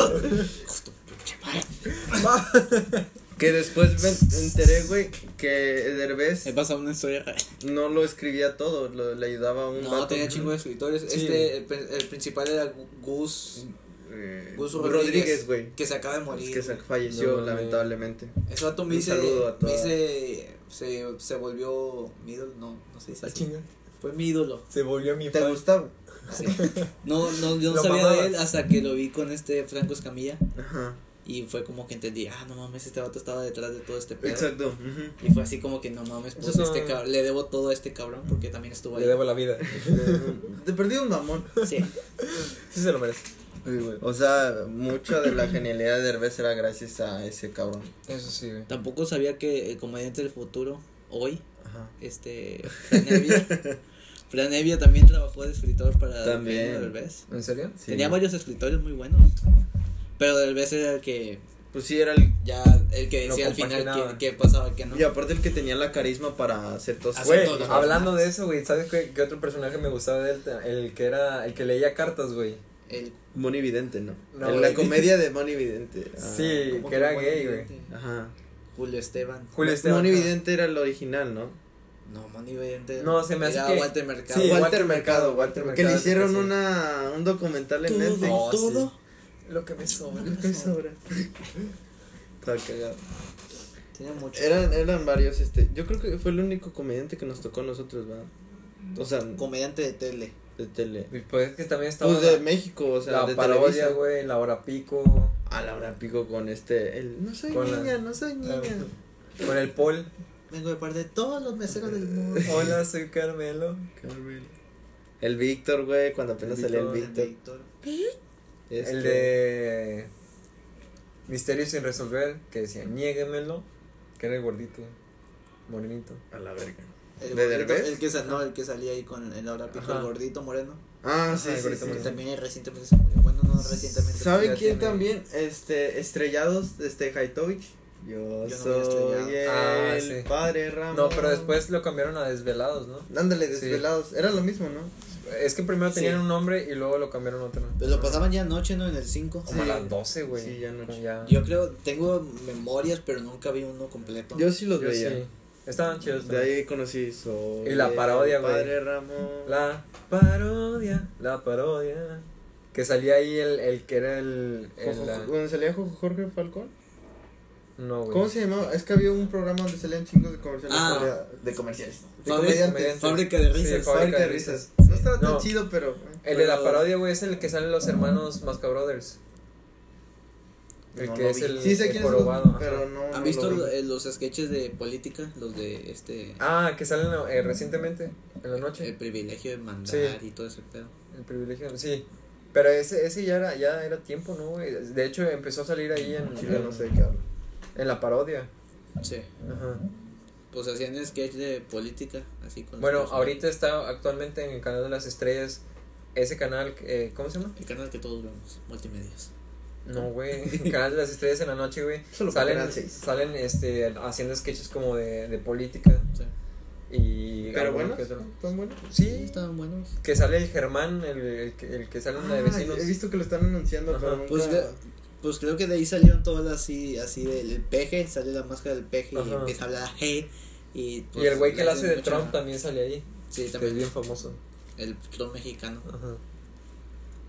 Que después me enteré, güey, que el Derbez
Me pasa una historia real.
no lo escribía todo, lo- le ayudaba a un
No,
vato.
tenía chingo de escritores.
Sí.
Este, el, pr- el principal era Gus.
eh,
Gus
Rodríguez, güey.
Que se acaba de
Pues
morir.
que se falleció,
No,
lamentablemente.
Eso a me
Un
dice.
saludo a
me
toda-
dice. Se, se volvió mi ídolo. No, no sé si.
La
así.
Ah, chinga.
Fue mi ídolo.
Se volvió mi
¿Te
fan.
gustaba?
No, no, yo no
Lo
sabía
mamabas.
de él hasta que lo vi con este Franco Escamilla.
Ajá.
Y fue como que entendí, ah, no mames, este vato estaba detrás de todo este pedo.
Exacto. ujú.
Y fue así como que, no mames, pues
Esos
este
son-
cabrón, le debo todo a este cabrón porque también estuvo ahí.
Le debo la vida.
Te perdí un mamón.
Sí.
Sí se lo merece.
O sea, mucha de la genialidad de Derbez era gracias a ese cabrón.
Eso sí, güey.
Tampoco sabía que eh, el comediante del futuro, hoy,
Ajá.
este, Fran Evia, Fran Evia también trabajó de escritor para
También.
Eugenio Derbez.
¿En serio?
Sí.
Tenía varios escritores muy buenos. Pero Derbez era el que,
Pues sí, era el.
ya, el que
Lo
decía al final
compaginaba.
que, que pasaba, que no.
Y aparte el que tenía la carisma para hacer todas
Hacer
Güey,
todo lo-
hablando de eso, güey, ¿sabes qué, qué otro personaje me gustaba de él? El que era, el que leía cartas, güey.
El,
Moni Vidente, ¿no?
No,
En
güey.
la comedia de Moni Vidente. Ah,
sí,
¿cómo
que era
fue?
gay, güey.
Ajá.
Julio Esteban.
Julio Esteban.
Moni Vidente era el original, ¿no?
No, Moni Vidente.
No, se me hace
era
que-
Walter Mercado.
Sí,
Walter,
Walter
Mercado,
Mercado,
Walter
Walter
Que le
Mercado,
hicieron
sí.
una, un documental en
Todo,
Netflix.
Oh, sí.
todo.
Lo que me sobra.
Estaba cagado.
Tiene mucho.
Eran, eran varios, este. Yo creo que fue el único comediante que nos tocó a nosotros, ¿verdad? O sea,
Comediante de tele.
de tele.
Y Pues es que también estaba
Pues de
la-
México, o sea,
la,
de
parodia,
Televisa.
güey, la hora pico,
A Laura Pico con este. El, no soy
Con la-
niña, no soy niña.
con el Paul.
Vengo de parte de todos los meseros del mundo.
Hola, soy Carmelo.
Carmen. El Víctor, güey, cuando apenas
El
salía el
Víctor.
Víctor. Este,
El de Misterio sin resolver, que decía, niéguemelo, que era el gordito, morenito.
A la verga.
El,
¿De
gordito,
Derbez?
el que sal- no, el que salía ahí con el ahora pico, el
Ajá.
gordito moreno.
Ah, sí,
el
sí,
gorrito
sí.
Que también recientemente se murió. Bueno, no recientemente.
¿Sabe
Ya
quién
tiene-
también? Este, estrellados, este, Haitovich. Yo,
Yo no vi
soy el
Estrellados. Ah, sí.
padre Ramón.
No, pero después lo cambiaron a Desvelados, ¿no?
Ándale,
Sí.
desvelados. Era lo mismo, ¿no?
Es que primero tenían
Sí.
un nombre y luego lo cambiaron a otro.
Pero Pues lo pasaban ya anoche, ¿no? En el 5.
Como
Sí.
a las 12, güey.
Sí, ya noche.
Como ya-
Yo creo, tengo memorias, pero nunca vi uno completo.
Yo sí los
yo
veía.
sí. Estaban chidos.
De
¿no?
ahí conocí soy
Y la parodia,
el
güey.
Padre Ramón.
La parodia, la parodia. Que salía ahí el, el que era el. el-
Jojo-
la-
Cuando salía Jo- Jorge Falcón.
No, güey.
¿Cómo se llamaba? Es que había un programa donde salían chingos de comerciales.
Ah.
había- de comerciales. De
Fábrica-
comediantes.
Fábrica de risas.
Sí,
Fábrica
Fábrica
de
de
risas.
risas.
No estaba tan
No.
chido, pero. eh,
El de la
Pero-
parodia, güey, es el que salen los hermanos Masca Brothers. El
no
que
lo
es
vi.
el,
Sí, sé
el
quién es.
jorobado. ajá.
Pero no. no
¿Han
lo
visto
vi.
eh, los sketches de política? Los de este.
Ah, que salen eh, recientemente, en la
El
noche.
privilegio de mandar
Sí.
y todo ese pedo.
El privilegio, sí. Pero ese, ese ya, era, ya era tiempo, ¿no, güey? De hecho, empezó a salir ahí en,
Chile,
en-
no sé de qué hablo.
en la parodia.
Sí.
Ajá.
Pues hacían sketch de política, así con
Bueno,
los-
ahorita está actualmente en el canal de las estrellas. Ese canal, eh, ¿cómo se llama?
El canal que todos vemos, multimedios.
No, güey. El canal de las estrellas en la noche, güey.
Solo por Canal
Salen,
seis.
salen este, haciendo sketches como de, de política.
Sí.
Y
Pero
alguno
bueno,
que otro.
¿están buenos?
Sí,
Sí,
estaban buenos.
que sale el Germán, el, el que- el que sale en la de
Ah,
vecinos.
he visto que lo están anunciando,
Ajá.
pero nunca.
Pues, creo- pues creo que de ahí salieron todas las así, así del el peje, salió la máscara del peje y
Ajá.
empieza a hablar G. Y, pues,
y el güey que
le
la hace
hacen
de
mucha-
Trump también sale ahí.
Sí,
Que es
también.
bien famoso.
El Trump mexicano.
Ajá.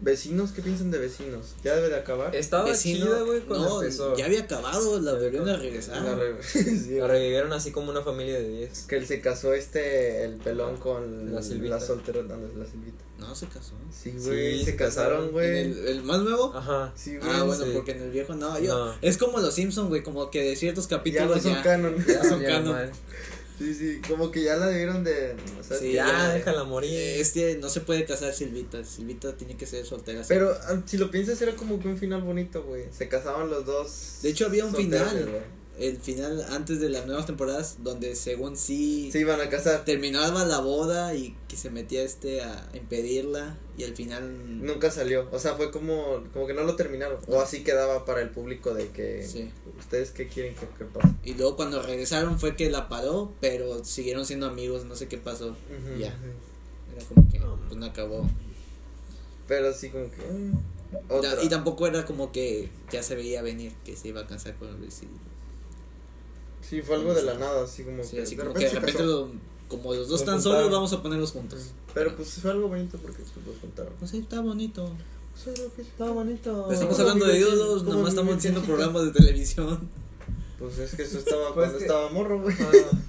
Vecinos, ¿qué piensan de vecinos? Ya debe de acabar.
Estaba
Vecino-
chida, güey, cuando
no,
empezó.
ya ah. había acabado, la volvieron a regresar.
La re- Sí,
La revivieron así como una familia de 10.
que él se casó este, el pelón con
La Silvita.
La soltera, no, no es la Silvita.
No, se casó.
Sí,
Sí,
güey, se
se
casaron,
casaron,
¿En
güey.
el, el más nuevo?
Ajá.
Sí, güey.
Ah, bueno,
sí.
porque en el viejo no, yo.
No.
Es como los Simpson, güey, como que de ciertos
ya
capítulos
no son canon.
Ya son
Salieron
canon.
mal.
Sí, sí, como que ya la debieron de. o sea,
Sí,
ya-
Ya,
ya.
déjala morir.
Eh, Es que no se puede casar Silvita. Silvita tiene que ser soltera. sí.
Pero ah, si lo piensas, era como que un final bonito, güey. Se casaban los dos.
De hecho, había un
solteros,
final.
güey.
el final antes de las nuevas temporadas, donde según sí,
Se iban a casar.
terminaba la boda y que se metía este a impedirla. Y al final.
Nunca salió. O sea, fue como, como que no lo terminaron. O así quedaba para el público de que.
Sí.
¿Ustedes qué quieren que, que pase?
Y luego cuando regresaron fue que la paró, pero siguieron siendo amigos, no sé qué pasó.
Ujú.
Ya. Era como que pues, no acabó.
Pero sí, como que. mm, otra.
Da- Y tampoco era como que ya se veía venir que se iba a casar con Luis. y-
Sí, fue algo de la nada, así como
Sí,
que.
así
de
como que
repente
de
se
repente,
casó.
lo- como los dos
Los
tan
juntaron.
solos, vamos a ponerlos juntos.
Pero pues fue algo bonito porque pues, los juntaron.
Pues sí, está bonito.
Estaba bonito.
No estamos hablando de ídolos,
Oh, ¿Cómo
nomás estamos
vive
diciendo
Virgencita?
programas de televisión.
Pues es que eso
Pues
estaba cuando
que-
estaba morro, güey.
Ah,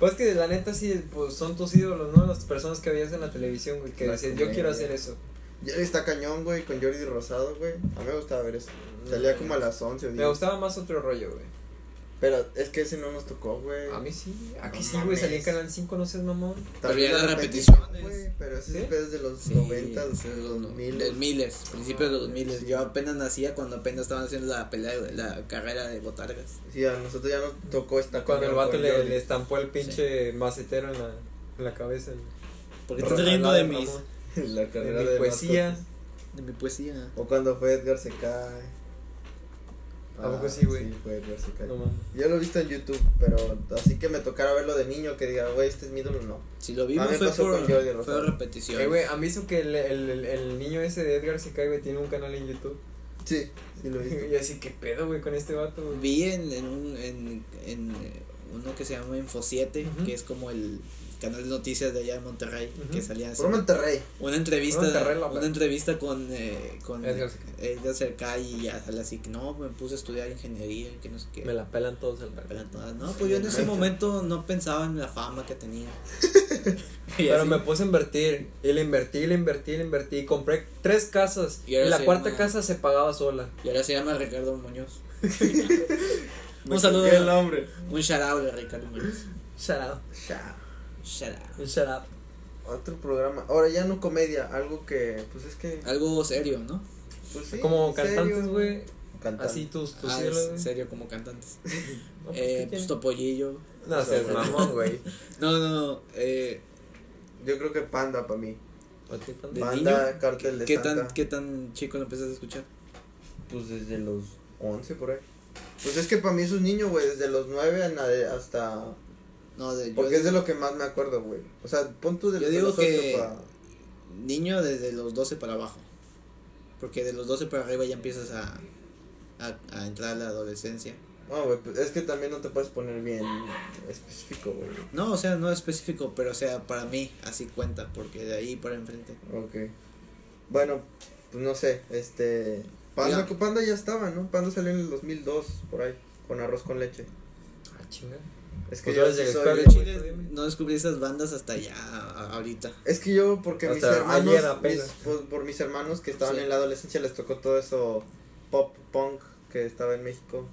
Pues que la neta sí, pues son tus ídolos, ¿no? Las personas que veías en la televisión, güey, que
La
decías, yo quiero
comedia.
hacer eso.
Ya Está cañón, güey, con Jordi Rosado, güey. A mí me gustaba ver eso.
Mm.
Salía como a las 11 o 10.
Me gustaba más otro rollo, güey.
Pero es que ese no nos tocó, güey.
A mí sí, aquí
No
sí, güey, salía en
mames.
Canal 5, no seas mamón.
Pero ya
la
las
repetición,
repeticiones.
güey. Pero ese
¿Sí?
es pedo de los
Sí,
90,
o
los
sea, los
2000.
Los miles, principios de los
Ah,
miles.
sí.
Yo apenas nacía cuando apenas estaban haciendo la pelea, la carrera de botargas.
Sí, a nosotros ya nos tocó esta
Cuando el
cañón
vato
con
le,
Jordi.
le estampó el pinche macetero en la, en la cabeza. güey.
Porque estás riendo de mis,
Ramón,
La
de
carrera
mi
de
poesía.
mascotas.
de mi poesía.
O cuando fue Edgar se cae.
¿A poco sí, güey?
Ah, Sí, fue Edgar se cae.
No mames.
Yo lo he visto en YouTube, pero así que me tocara verlo de niño que diga, güey, este es mi ídolo, no.
Si lo
A
vimos
mí me
fue
pasó
por,
con Jordi
fue
Rosado.
repetición.
Eh, güey, a mí hizo que el, el, el- el niño ese de Edgar se cae, güey, tiene un canal en YouTube.
Sí, sí lo he visto.
Y así, ¿qué pedo, güey, con este vato? güey?
Vi en, en, un, en, en uno que se llama Info 7,
Ujú.
que es como el canal de noticias de allá de Monterrey,
Ujú.
que salía así.
Por Monterrey.
Una entrevista,
Una carrera,
una
pero-
entrevista con, eh, con
Edgar
Edgar
Cercá.
Cercá y ya sale así, que no, me puse a estudiar ingeniería, y que no sé qué.
Me la pelan todos al
Pero entonces, No, pues yo en ese momento no pensaba en la fama que tenía. Y
Pero
así,
me puse a invertir, y le invertí, le invertí, le invertí, compré tres casas,
Y
y,
ahora
la
se
cuarta
llama-
casa se pagaba sola.
Y ahora se llama Ricardo Muñoz. un saludo.
cambié el nombre.
Un shout out a Ricardo Muñoz.
Shut up,
Ya.
Shout out.
shut up.
Otro programa. Ahora ya no comedia, algo que, pues es que.
Algo serio, ¿no?
Pues sí,
Como
en serio.
cantantes, güey,
Cantante.
así tus, tus
Ah,
ídolos,
es
güey.
serio como cantantes.
Pues No, pues, ¿qué
eh, pues
tiene?
Topollillo.
No seas mamón, güey.
No, no, no. Eh,
Yo creo que Panda para mí.
¿A ti, Panda?
¿De
Panda,
niño?
Cártel de
¿qué,
Santa.
tan, ¿Qué tan chico lo empiezas a escuchar?
Pues desde los 11 por ahí. Pues es que para mí es un niño, güey, desde los 9 en ade- hasta...
No, de, yo
Porque es de
digo-
lo que más me acuerdo, güey. O sea, pon tú de
Yo
los
digo
ocho
que-
pa-
niño desde los 12 para abajo. Porque de los 12 para arriba ya empiezas a, a, a entrar a la adolescencia.
No, güey, pues es que también no te puedes poner bien específico, güey.
No, o sea, no específico, pero o sea, para mí así cuenta, porque de ahí para enfrente.
Ok. Bueno, pues no sé, este... Panda,
Diga.
Panda ya estaba, ¿no? Panda salió en el 2002, por ahí, con arroz con leche.
Ah, chinga.
Es que
Pues
yo
ahora
sí
llegué
soy-
tarde,
Yo
Tú
Chile,
dime.
no descubrí esas bandas hasta ya a- ahorita.
Es que yo, porque mis
Hasta
hermanos,
ayer apenas.
mis- por, por mis hermanos que estaban
Sí.
en la adolescencia, les tocó todo eso pop punk que estaba en México,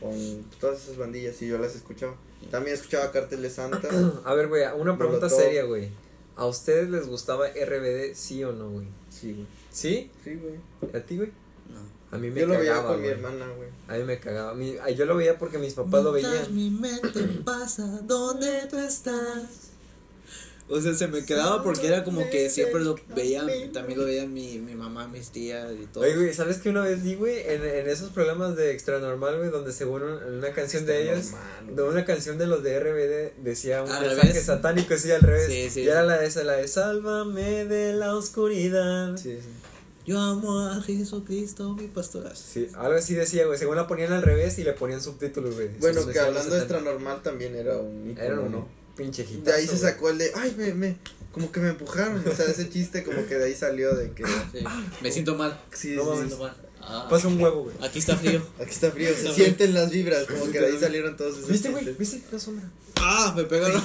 con todas esas bandillas, y yo las escuchaba. También escuchaba Cartel de Santa.
A ver, güey, una pregunta
Molotov.
seria, güey. ¿A ustedes les gustaba RBD, sí o no, güey?
sí, güey.
¿Sí?
Sí, güey.
¿A ti, güey?
No.
A mí me
Yo lo
cagaba,
veía con mi
güey.
hermana, güey.
A mí me cagaba. Mi- ay, yo lo veía porque mis papás lo
Mientras
veían.
Mi mente pasa donde tú estás. O sea, se me quedaba porque era como que siempre lo veía, también lo veía mi, mi mamá, mis tías y todo.
Oye, güey, ¿sabes qué una vez vi, güey? En, en esos programas de Extra Normal, güey, donde según un- una canción de ellos, de una canción de los de RBD, decía un
Al
mensaje
revés.
satánico, sí, al revés.
Sí, sí,
y era
sí.
la de esa, la de Sálvame de la oscuridad. Sí.
Sí, sí.
Yo amo a Jesucristo, mi pastor.
algo así decía, güey. Según la ponían al revés y le ponían subtítulos, güey.
Bueno,
Esos
que hablando de
mensajes
extra normal también era un.
satánicos. Era
ícono,
uno,
¿no?
pinche hitazo,
De ahí se
güey.
sacó el de, ay, me, me, como que me empujaron. O sea, ese chiste como que de ahí salió de que.
Sí. Me siento mal.
Sí,
No
sí,
Me
mames.
sí.
siento mal. Ah.
Pasa un huevo, güey.
Aquí está frío.
Aquí está frío, se
Está
sienten las vibras, como que de ahí salieron todos esos
¿Viste, güey?
chistes.
¿Viste la sombra?
Ah, me pegaron.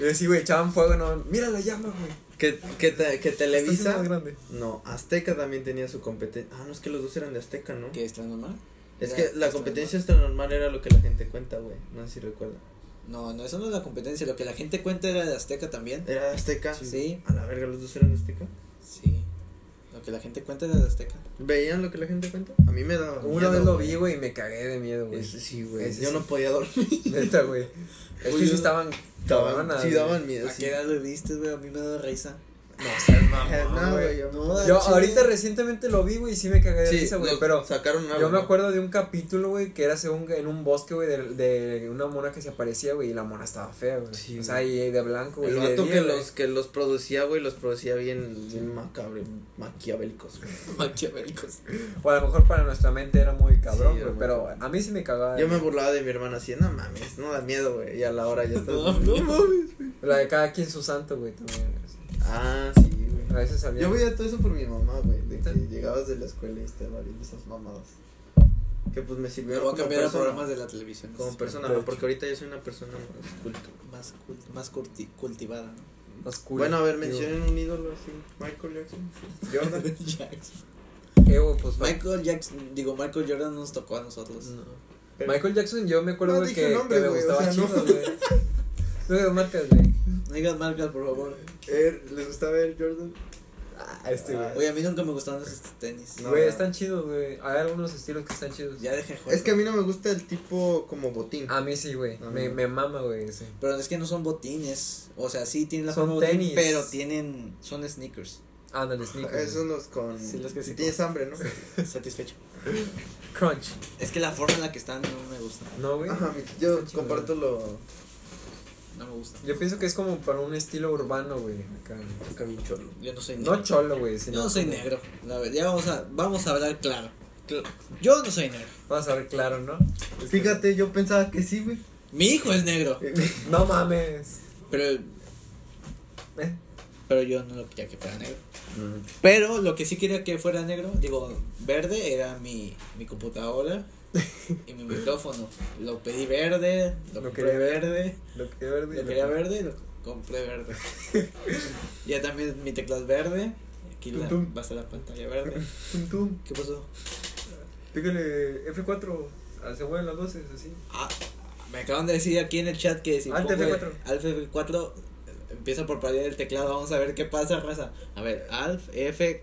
Y así, güey, echaban fuego, no. Mira la llama, güey.
Que, que, te- que
Está haciendo
Televisa.
más grande.
No, Azteca también tenía su competencia. Ah, no, es que los dos eran de Azteca, ¿no?
¿Qué está normal?
Es
Ya,
que la
está
competencia extra normal era lo que la gente cuenta, güey. No sé si recuerda.
No, no, eso no es la competencia. Lo que la gente cuenta era de Azteca también.
¿Era de Azteca?
Sí.
A la verga, los dos eran de Azteca.
Sí. Lo que la gente cuenta era de Azteca.
¿Veían lo que la gente cuenta? A mí me daba.
Una
miedo,
vez lo
güey.
vi, güey, y me cagué de miedo, güey.
Ese sí, güey.
Ese
Yo
sí.
no podía dormir.
Neta, güey. Es que sí estaban.
Daban-
cabronas,
sí,
güey.
daban miedo.
¿A
sí.
qué edad lo viste, güey? A mí me da risa.
Eh, No, güey. yo-
No,
Yo
no sé,
ahorita
güey.
recientemente lo vi, güey, y sí me cagué de
Sí,
risa, güey.
los
Pero
sacaron una,
yo me
güey.
acuerdo de un capítulo, güey, que era según en un bosque, güey, de, de una mona que se aparecía, güey, y la mona estaba fea, güey.
Sí,
o sea, y y de blanco, güey.
El
y de
vato
día,
que
güey.
los, que los producía, güey, los producía bien, bien macabre, maquiavélicos, güey.
Maquiavélicos.
O a lo mejor para nuestra mente era muy cabrón,
Sí,
güey.
era
pero
muy-
a mí sí me cagaba. de
Yo me
miedo.
burlaba de mi hermana así, no mames, no da miedo, güey. Y a la hora ya estás.
No, no mames.
La de cada quien su santo, güey, también. así.
Ah, sí,
A
güey.
veces salía.
Yo veía todo eso por mi mamá, güey. De
ahorita.
Sí, llegabas de la escuela y te valían esas mamadas. Que pues me
Me
sirvieron
voy a
como
cambiar a
persona.
programas de la televisión.
Como persona,
De hecho.
porque ahorita yo soy una persona más culta.
Más, cult- más curti- cultivada, ¿no?
Más cool.
Bueno, a ver,
Digo,
mencionen un ídolo así. Michael Jackson. Jordan.
Jackson.
Evo, pues,
Michael Jackson, digo, Michael Jordan nos tocó a nosotros.
no.
Pero-
Michael Jackson, yo me acuerdo
No
güey,
dije
que,
nombre,
que me
güey, o
gustaba
sea, no.
chido, güey. No digo marcas, güey.
No digas marcas, por favor.
Eh, ¿Les gustaba el Jordan?
Ah, este, güey.
Oye, a mí nunca me gustaron esos tenis.
No.
Güey, están chidos, güey. Hay algunos estilos que están chidos.
Ya dejé de jugar.
Es que a mí no me gusta el tipo como botín.
A mí sí, güey.
A mí
Me,
no.
me mama, güey, ese.
Pero es que no son botines. O sea, sí tienen la
Son
forma de botín,
tenis.
pero tienen. Son sneakers.
Ah,
Ah,
Ándale, sneakers.
Esos los con.
Sí, los que sí.
Tienes hambre, ¿no?
Satisfecho.
güey. Crunch.
Es que la forma en la que están no me gusta.
No, güey.
Ajá, yo
Está chido,
comparto lo.
No me gusta.
Yo pienso que es como para un estilo urbano, güey. acá.
Acá bien cholo.
Yo no soy negro.
No cholo, güey. sino
Yo no soy
como-
negro. La verdad, ya vamos a, vamos a hablar claro. Cl- Yo no soy negro.
Vamos a ver claro, ¿no?
Fíjate, yo pensaba que sí, güey.
Mi hijo es negro.
No mames.
Pero,
Eh,
pero yo no lo quería que fuera negro. Pero lo que sí quería que fuera negro, digo, verde, era mi, mi computadora y mi micrófono. Lo pedí verde, lo,
Lo
compré
quería
verde,
Lo que verde.
lo quería verde, lo compré verde. ya también mi teclado es verde. Aquí la-
Tum, tum.
va a ser la pantalla verde.
Tum, tum.
¿Qué pasó?
Pícale F4. ah, Se mueven las voces así.
Ah, me acaban de decir aquí en el chat que si
Alt
pongo el-
F4.
Alt F4 empieza por parir el teclado. Vamos a ver qué pasa, raza. A ver, Alt F.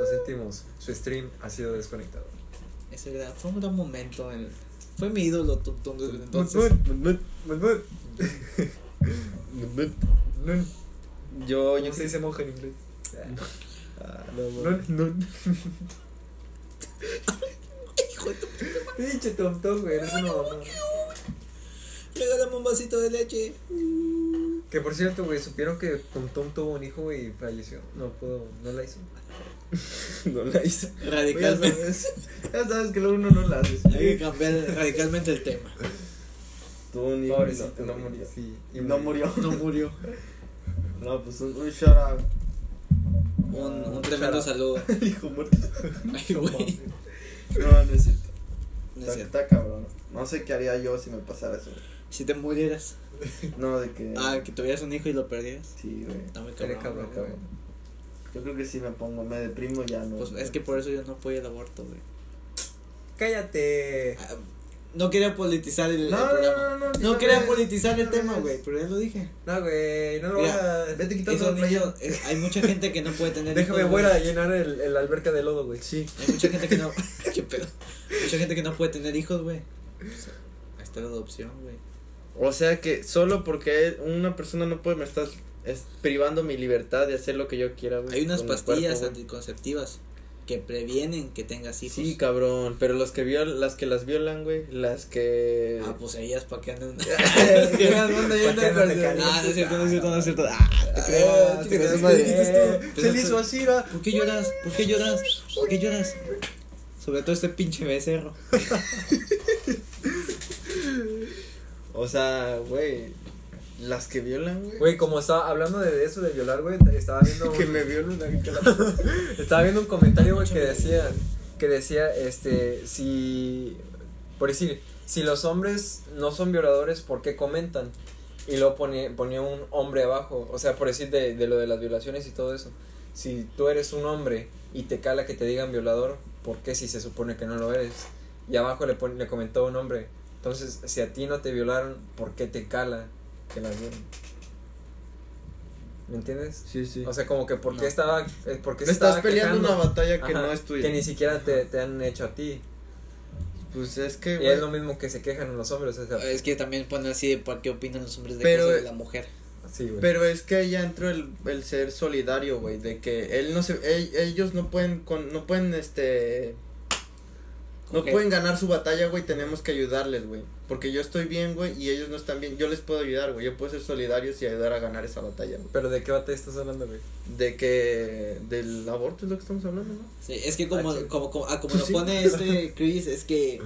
Lo sentimos. Su stream ha sido desconectado.
Ese era- fue un gran momento. en- fue mi ídolo Tum Tum desde entonces.
Yo, yo
¿Cómo se dice monja en inglés?
Ah, no,
No, no. Pinche tontón, güey. Eres una mamá.
Regálame un vasito de leche.
Que por cierto, güey, supieron que Tom Tom tuvo un hijo güey, y falleció. No pudo, no la hizo.
no la hice. Oye, Ya
Radicalmente.
sabes, ya sabes que luego uno no la hace.
Hay que cambiar radicalmente el tema.
Tú ni
Pobrecito,
no, no
güey,
murió.
Sí,
Y no murió.
No murió.
No, pues un, un shout out.
Un, un tremendo saludo.
Hijo muerto.
Ay, güey.
No, no es cierto.
No es
Está,
cierto.
está cabrón. No sé qué haría yo si me pasara eso.
Si te murieras.
No, de que.
Ah, que tuvieras un hijo y lo perdieras.
Sí, güey.
Está muy
Eres cabrón,
cabrón.
Eh. cabrón.
güey.
Yo creo que si me pongo, me deprimo ya no.
Pues es que por eso yo no apoyo el aborto, güey.
Cállate.
Ah, No quería politizar el, el
No, no,
programa.
no, no,
No
no
quería
ves,
politizar el
no
tema,
ves.
güey, pero ya lo dije.
No, güey, no lo voy
Mira,
a.
Vete quitando
Esos
el
niños,
niño.
es- hay mucha gente que no puede tener
Déjame
hijos,
fuera
güey.
a llenar el, el alberca de lodo, güey.
Sí.
Hay mucha gente que no. Qué pedo. Mucha gente que no puede tener hijos, güey. Pues, ahí está la adopción, güey.
O sea que solo porque una persona no puede, me estás es, privando mi libertad de hacer lo que yo quiera. güey,
Hay unas
con mi
pastillas
cuerpo, güey.
anticonceptivas que previenen que tengas hijos.
Sí, cabrón. Pero los que viol, las que las violan, güey. Las que.
Ah, pues ellas para que anden.
Pa' que no te
Ah, no es cierto, no es cierto, no es cierto. Ah, te
Ah,
creo, te
te
creo.
creas,
sí, sí,
madre.
sí.
Se le
Pues
hizo así, ¿no?
¿Por qué lloras? ¿Por qué lloras? ¿Por qué lloras? Sobre todo este pinche becerro.
O sea, güey. Las que violan, güey.
Güey, como estaba hablando de eso, de violar, güey, estaba viendo.
Que
un-
me violan. a mí, que la-
Estaba viendo un comentario, güey, que decía, que decía, este, si, por decir, si los hombres no son violadores, ¿por qué comentan? Y luego pone- ponía un hombre abajo, o sea, por decir de, de lo de las violaciones y todo eso. Si tú eres un hombre y te cala que te digan violador, ¿por qué si se supone que no lo eres? Y abajo le, pon- le comentó un hombre, entonces, si a ti no te violaron, ¿por qué te cala que las violen? ¿Me entiendes?
Sí, sí.
O sea, como que porque
No.
estaba. eh, Porque
Te
se
estás
estaba
peleando
quejando.
una batalla que
Ajá,
no es tuya.
Que ni siquiera te, te han hecho a ti.
Pues es que,
Y
güey. Eh,
es lo mismo que se quejan los hombres. O sea,
Es que también ponen así de por qué opinan los hombres de
Pero,
cosas de
eh,
la mujer.
sí, güey.
Pero es que ahí ya entró el, el ser solidario, güey, de que él no se, el- ellos no pueden, con, no pueden, este, no
Coger.
pueden ganar su batalla, güey, tenemos que ayudarles, güey, porque yo estoy bien, güey, y ellos no están bien, yo les puedo ayudar, güey, yo puedo ser solidario y ayudar a ganar esa batalla, güey.
Pero de qué bate estás hablando, güey.
De que, del aborto es lo que estamos hablando, ¿no?
Sí, es que como,
Ah, sí.
como, como, ah, como
Pues
lo
sí.
pone este Chris, es que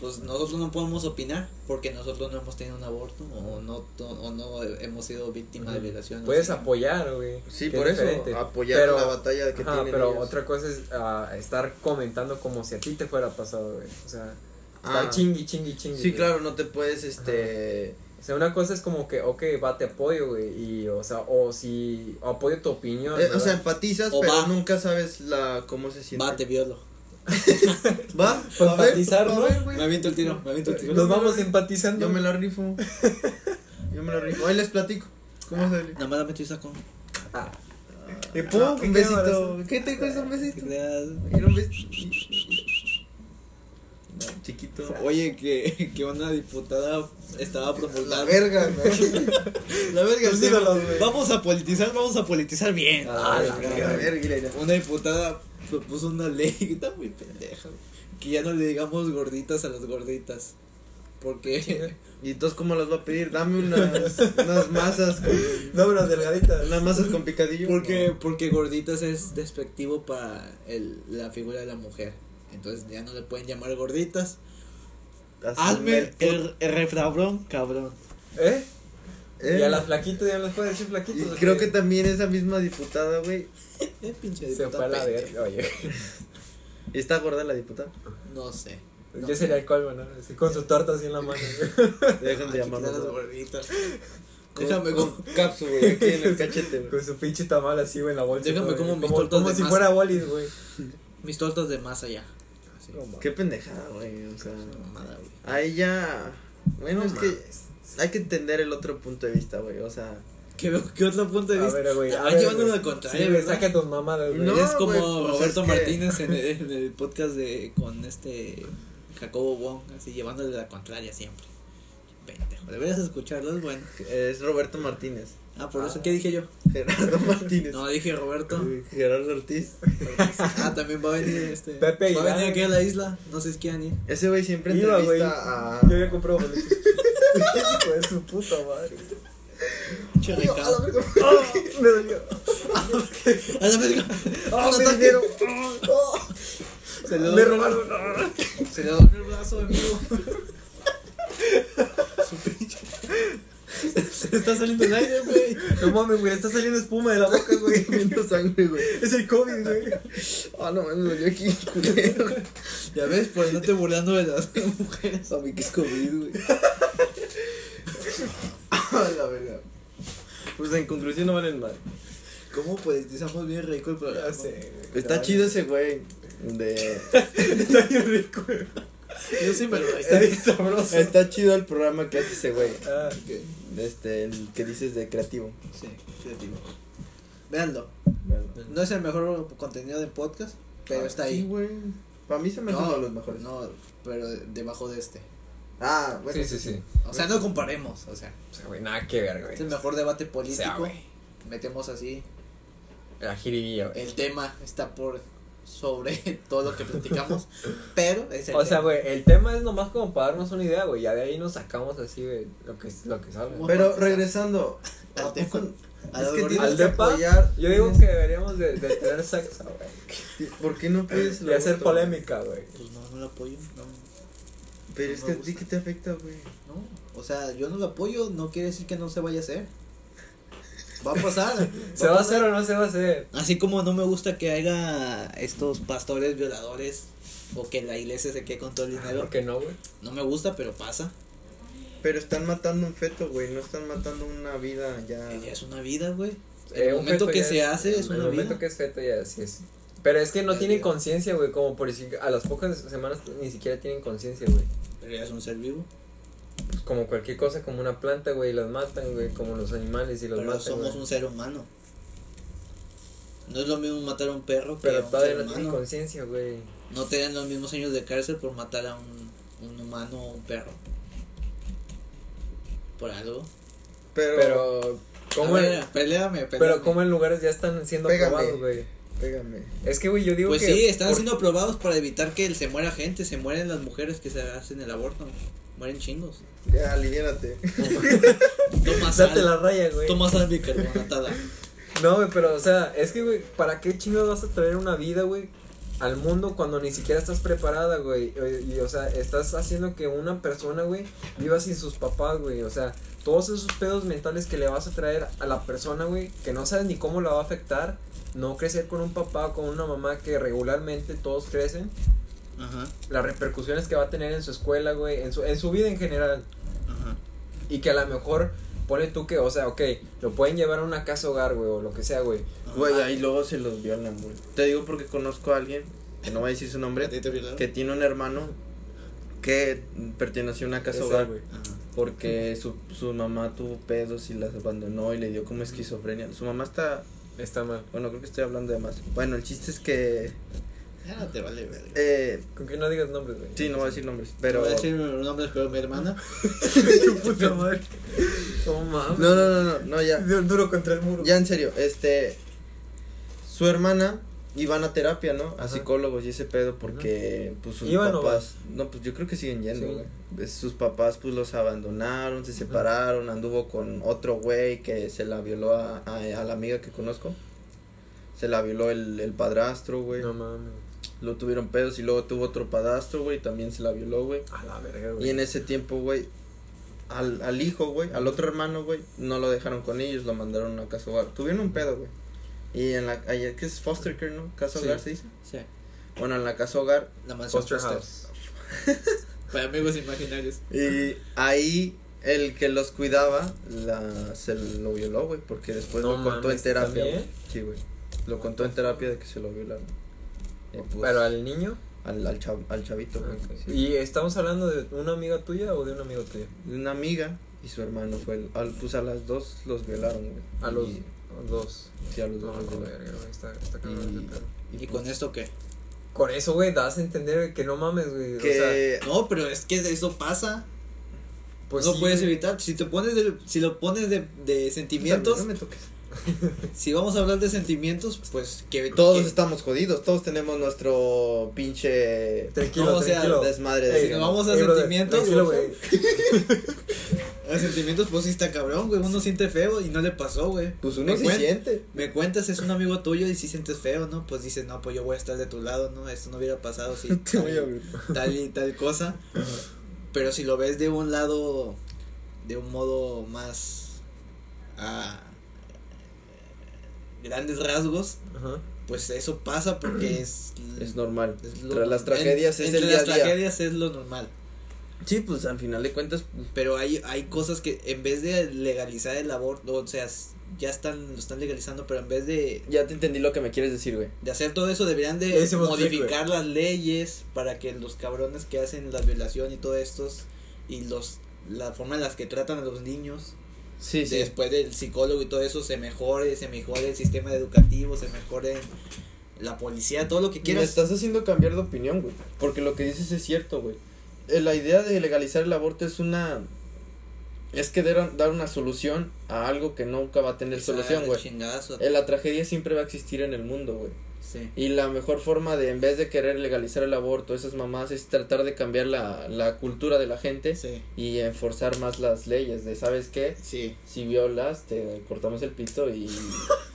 pues nosotros no podemos opinar porque nosotros no hemos tenido un aborto o no, to- o no hemos sido víctimas de violación.
Puedes
así.
apoyar, güey.
Sí,
que
por
es
eso,
diferente.
apoyar la batalla que
ajá,
tienen
Pero
ellos.
otra cosa es ah, estar comentando como si a ti te fuera pasado, güey. O sea, estar
Ah.
chingui, chingui, chingui.
Sí,
güey.
claro, no te puedes, este...
O sea, una cosa es como que, ok, va, te apoyo, güey. Y, o sea, o si o apoyo tu opinión.
eh, o
¿verdad?
sea, empatizas,
O
pero
va.
nunca sabes la cómo se siente.
Va, te violo.
Va,
Pues
a ver,
empatizar,
a
¿no?
ver, güey.
Me aviento el tiro, me aviento el tiro.
nos vamos empatizando.
Yo me la rifo. Yo me la rifo. Ahí les platico. ¿Cómo sale?
Nada más dame tu saco.
Y pum,
Ah,
un
qué
besito.
abrazo.
¿Qué te cuesta un besito?
Creas.
Era un besito. Chiquito.
Oye, que, que una diputada estaba
La
promulgando.
verga, güey. La verga, sí, güey.
Vamos a politizar, vamos a politizar bien.
Ah, la
La verga, mira, mira.
Una diputada propuso una ley que está muy pendeja. güey, Que ya no le digamos gorditas a las gorditas. Porque
¿Y entonces cómo las va a pedir? Dame unas, unas masas. con-
No, pero delgadita.
Unas masas con picadillo.
porque porque gorditas es despectivo para el- la figura de la mujer. Entonces ya no le pueden llamar gorditas.
No. Así
Hazme
me-
el, el refrabrón, cabrón.
¿Eh?
Eh.
Y a las flaquitas ya no les puedes decir flaquitos.
Y
¿o
creo
qué?
que también esa misma diputada, güey.
Eh, pinche
se
diputada
fue a la verga,
pendeja.
oye.
¿Y está gorda la diputada?
No sé. No
Yo
sé.
sería el colmo, ¿no? Así con su torta así en la mano. güey.
Dejen de
Ay, quitar las
llamarnos.
gorditas.
Con-
Déjame
con
con-
capsu, güey, aquí en el cachete, güey.
Con su pinche tamal así, güey, en la bolsa.
Déjame
todo,
como
güey.
mis
como,
tortas
como
de
si
masa.
fuera Wallis, güey.
mis tortas de masa ya. Así.
No, mames.
Qué pendejada, güey. O sea,
Mamada, güey.
ahí ya. Bueno,
No
es que hay que entender el otro punto de vista, güey. O sea,
¿Qué, qué otro punto de
A
vista?
ver, güey. a
Ah,
ver,
llevando
güey.
la contraria,
Sí, güey,
¿verdad?
saca tus mamadas, güey.
No,
es como
güey, pues,
Roberto
es que-
Martínez en, el, en el podcast de con este Jacobo Wong, así llevándole la contraria siempre. Pendejo, deberías escucharlo, es bueno.
es Roberto Martínez.
Ah, por eso, ¿qué dije yo?
Gerardo Martínez.
No, dije Roberto.
Gerardo Ortiz.
Ah, también va a venir este.
Pepe
va a venir
Aguilar.
aquí a la isla, no sé si quieran ir.
Ese güey siempre
Iba, güey.
entrevista a.
Yo había comprado boletos. Hijo de su puta madre.
Che, Ricardo.
Me dolió.
Ah. A la verga.
¡Ah, me
quiero.
dijeron! ¡Ah!
Se le
Me
doy el-
robaron. ¡Ah!
se le dobló el brazo, amigo. Su pinche- Se le está saliendo el aire, güey.
No mames, güey, está saliendo espuma de la boca, güey.
Viendo sangre, güey.
Es el COVID, güey.
Ah, no, me dolió aquí, culero.
Ya ves, por andarte burlando de las mujeres. A mí que es COVID, güey.
A la verga. Pues en conclusión no valen mal.
¿Cómo politizamos bien rico el programa?
Ya sé, güey.
Está chido ese güey. De.
Está bien rico.
Yo sí me lo
Está bien sabroso.
Está chido el programa que hace ese güey.
Ah,
Este, el que dices de creativo.
Sí, creativo. Véanlo. No es el mejor contenido de podcast, pero está
Sí,
ahí.
güey. Para mí se me hace uno de los mejores.
No, pero debajo de este.
Ah, bueno.
Sí, sí, sí.
O sea, no comparemos. O sea,
O sea, güey, nada que ver,
es el
güey.
mejor debate
O sea,
político.
güey.
Metemos así.
La jiribilla, güey.
El tema está por sobre todo lo que platicamos. pero es el
O sea,
tema.
güey, el tema es nomás como para darnos una idea, güey. Ya de ahí nos sacamos así, güey, lo que, lo que salga.
Pero regresando.
Al
¿a
tema.
poco-
A
Es
los
que
gorditos.
tienes
Al
que
depa,
apoyar.
yo digo que deberíamos de, de tener sexo, güey.
¿Por qué no puedes
Eh, Y hacer
Roberto?
polémica, güey.
Pues no, no lo apoyo. No.
Pero
No
es
me
que a ti
gusta.
que te afecta, güey.
No, o sea, yo no lo apoyo, no quiere decir que no se vaya a hacer. Va a pasar.
¿Se va a hacer o no se va a hacer?
Así como no me gusta que haya estos pastores violadores o que la iglesia se quede con todo el dinero.
¿Por qué no, güey?
No me gusta, pero pasa.
Pero están matando un feto, güey. No están matando una vida ya.
Eh, ya es una vida, güey. El
Ah. Eh, un
momento
feto
que
ya
se hace es
el
una
momento
vida.
que es feto ya así es. Pero es que no
Ya,
tienen
ya.
conciencia, güey. Como por decir, a las pocas semanas ni siquiera tienen conciencia, güey.
Pero ya es un ser vivo.
Pues como cualquier cosa, como una planta, güey, las matan, güey. Como los animales y los
Pero
matan.
somos
güey.
un ser humano. No es lo mismo matar a un perro que a
Pero
un
todavía
ser
no tienen
humano.
conciencia, güey.
No te dan los mismos años de cárcel por matar a un, un humano o un perro. Por algo.
Pero.
Pero, ¿cómo,
A
en-
ver, peleame, peleame.
pero ¿cómo en lugares ya están siendo
Pégame.
probados, güey?
Pégame.
Es que, güey, yo digo
Pues
que.
sí, están
por-
siendo probados para evitar que se muera gente, se mueren las mujeres que se hacen el aborto. Mueren chingos.
Ya, aliviérate.
Toma
Date
sal,
la raya, güey.
toma sal bicarbonatada.
No, güey, pero, o sea, es que, güey, ¿para qué chingados vas a traer una vida, güey? al mundo cuando ni siquiera estás preparada, güey. Eh, Y, y, o sea, estás haciendo que una persona, güey, viva sin sus papás, güey. O sea, todos esos pedos mentales que le vas a traer a la persona, güey, que no sabes ni cómo la va a afectar. No crecer con un papá o con una mamá que regularmente todos crecen.
Ajá,
Las repercusiones que va a tener en su escuela, güey, en su, en su vida en general.
ajá.
Y que a lo mejor, pone tú que, o sea, ok, lo pueden llevar a una casa hogar, güey, o lo que sea, güey.
Güey, ahí luego se los violan, güey. Te digo porque conozco a alguien, que no voy a decir su nombre,
¿A ti te violaron?
que tiene un hermano que perteneció a una casa
Ese,
hogar,
güey.
Ajá.
Porque su, su mamá tuvo pedos y las abandonó y le dio como esquizofrenia. Su mamá está.
Está mal.
Bueno, creo que estoy hablando de más. Bueno, el chiste es que.
Ya no te vale verga.
Eh,
Con que no digas nombres, güey.
sí, no voy a decir nombres, pero.
Voy a decir los nombres de mi hermana.
puta madre. No mames.
No, no, no, no, no, ya.
Dio el duro contra el muro.
Ya en serio, este. Su hermana iban a terapia, ¿no? A
Ajá.
psicólogos y ese pedo porque, pues sus
¿Iban o
papás. No, pues yo creo que siguen yendo,
Sí.
güey. Es- Sus papás, pues los abandonaron, se separaron, anduvo con otro güey que se la violó a, a, a la amiga que conozco. Se la violó el, el padrastro, güey.
No mames.
Lo tuvieron pedos y luego tuvo otro padrastro, güey. También se la violó, güey.
A la verga,
Y
güey.
en ese tiempo, güey, al, al hijo, güey, al otro hermano, güey, no lo dejaron con ellos, lo mandaron a casa hogar. Tuvieron un pedo, güey. Y en la, ayer, ¿qué es foster care, no? ¿Casa
Sí.
hogar se dice?
Sí.
Bueno, en la casa hogar.
La mansión
Foster
Foster.
House.
Para amigos imaginarios.
Y ahí el que los cuidaba la, se lo violó, güey, porque después
No
lo contó
mames,
en terapia.
¿también?
güey. Sí, güey. Lo contó en terapia de que se lo violaron. Y, pues,
Pero al Ah, niño.
al, al, chav- al chavito, güey. sí.
¿Y estamos hablando de una amiga tuya o de un amigo tuyo?
Una amiga y su hermano fue el, al, pues a las dos los violaron, güey.
A los
Y-
dos.
Sí, a los
No,
dos.
no,
los dos.
verga, güey. Está, está cabrón ese pedo.
Y,
¿Y
y
con
pues,
esto qué?
Con eso, güey, das a entender que no mames, güey. O sea,
que
No, pero es que eso pasa.
pues
no
sí,
puedes
güey.
evitar. Si te pones de- si lo pones de, de sentimientos,
No me toques.
si vamos a hablar de sentimientos, pues que
Todos
que-
estamos jodidos, todos tenemos nuestro pinche
Tranquilo,
No, o sea,
tranquilo.
desmadre.
Ey,
de-
no vamos a
ey, brother,
sentimientos,
Tranquilo,
por
güey.
a sentimientos pues sí está cabrón, güey, uno siente feo y no le pasó, güey.
Pues
Me
uno se
cuen-
siente.
Me cuentas, es un amigo tuyo y si sientes feo, ¿no? Pues dices, "No, pues yo voy a estar de tu lado, ¿no? Esto no hubiera pasado si
Te voy a
tal,
abrir.
tal y tal cosa." Pero si lo ves de un lado de un modo más a grandes rasgos,
Ajá.
pues eso pasa porque es
Es normal.
es lo-
Tras las tragedias
en-
es
entre
el día
las
a día.
tragedias es lo normal.
Sí, pues al final de cuentas,
Pero hay, hay cosas que en vez de legalizar el aborto, o sea, s- ya están, lo están legalizando, pero en vez de,
ya te entendí lo que me quieres decir, güey.
de hacer todo eso, deberían
Ya
de
hicimos clic,
modificar las leyes para que los cabrones que hacen la violación y todo estos, y los la forma en las que tratan a los niños,
Sí, sí.
después del psicólogo y todo eso, se mejore, se mejore el sistema educativo, se mejore la policía, todo lo que
Me
quieras.
estás haciendo cambiar de opinión, güey. Porque lo que dices es cierto, güey. Eh, La idea de legalizar el aborto es una. Es que dar, dar una solución a algo que nunca va a tener solución,
Ah,
güey.
chingazo.
Eh, La tragedia siempre va a existir en el mundo, güey.
Sí.
Y la mejor forma de, en vez de querer legalizar el aborto, esas mamás, es tratar de cambiar la, la cultura de la gente
Sí.
y enforzar más las leyes de, ¿sabes qué?
Sí.
Si violas, te cortamos el pito y...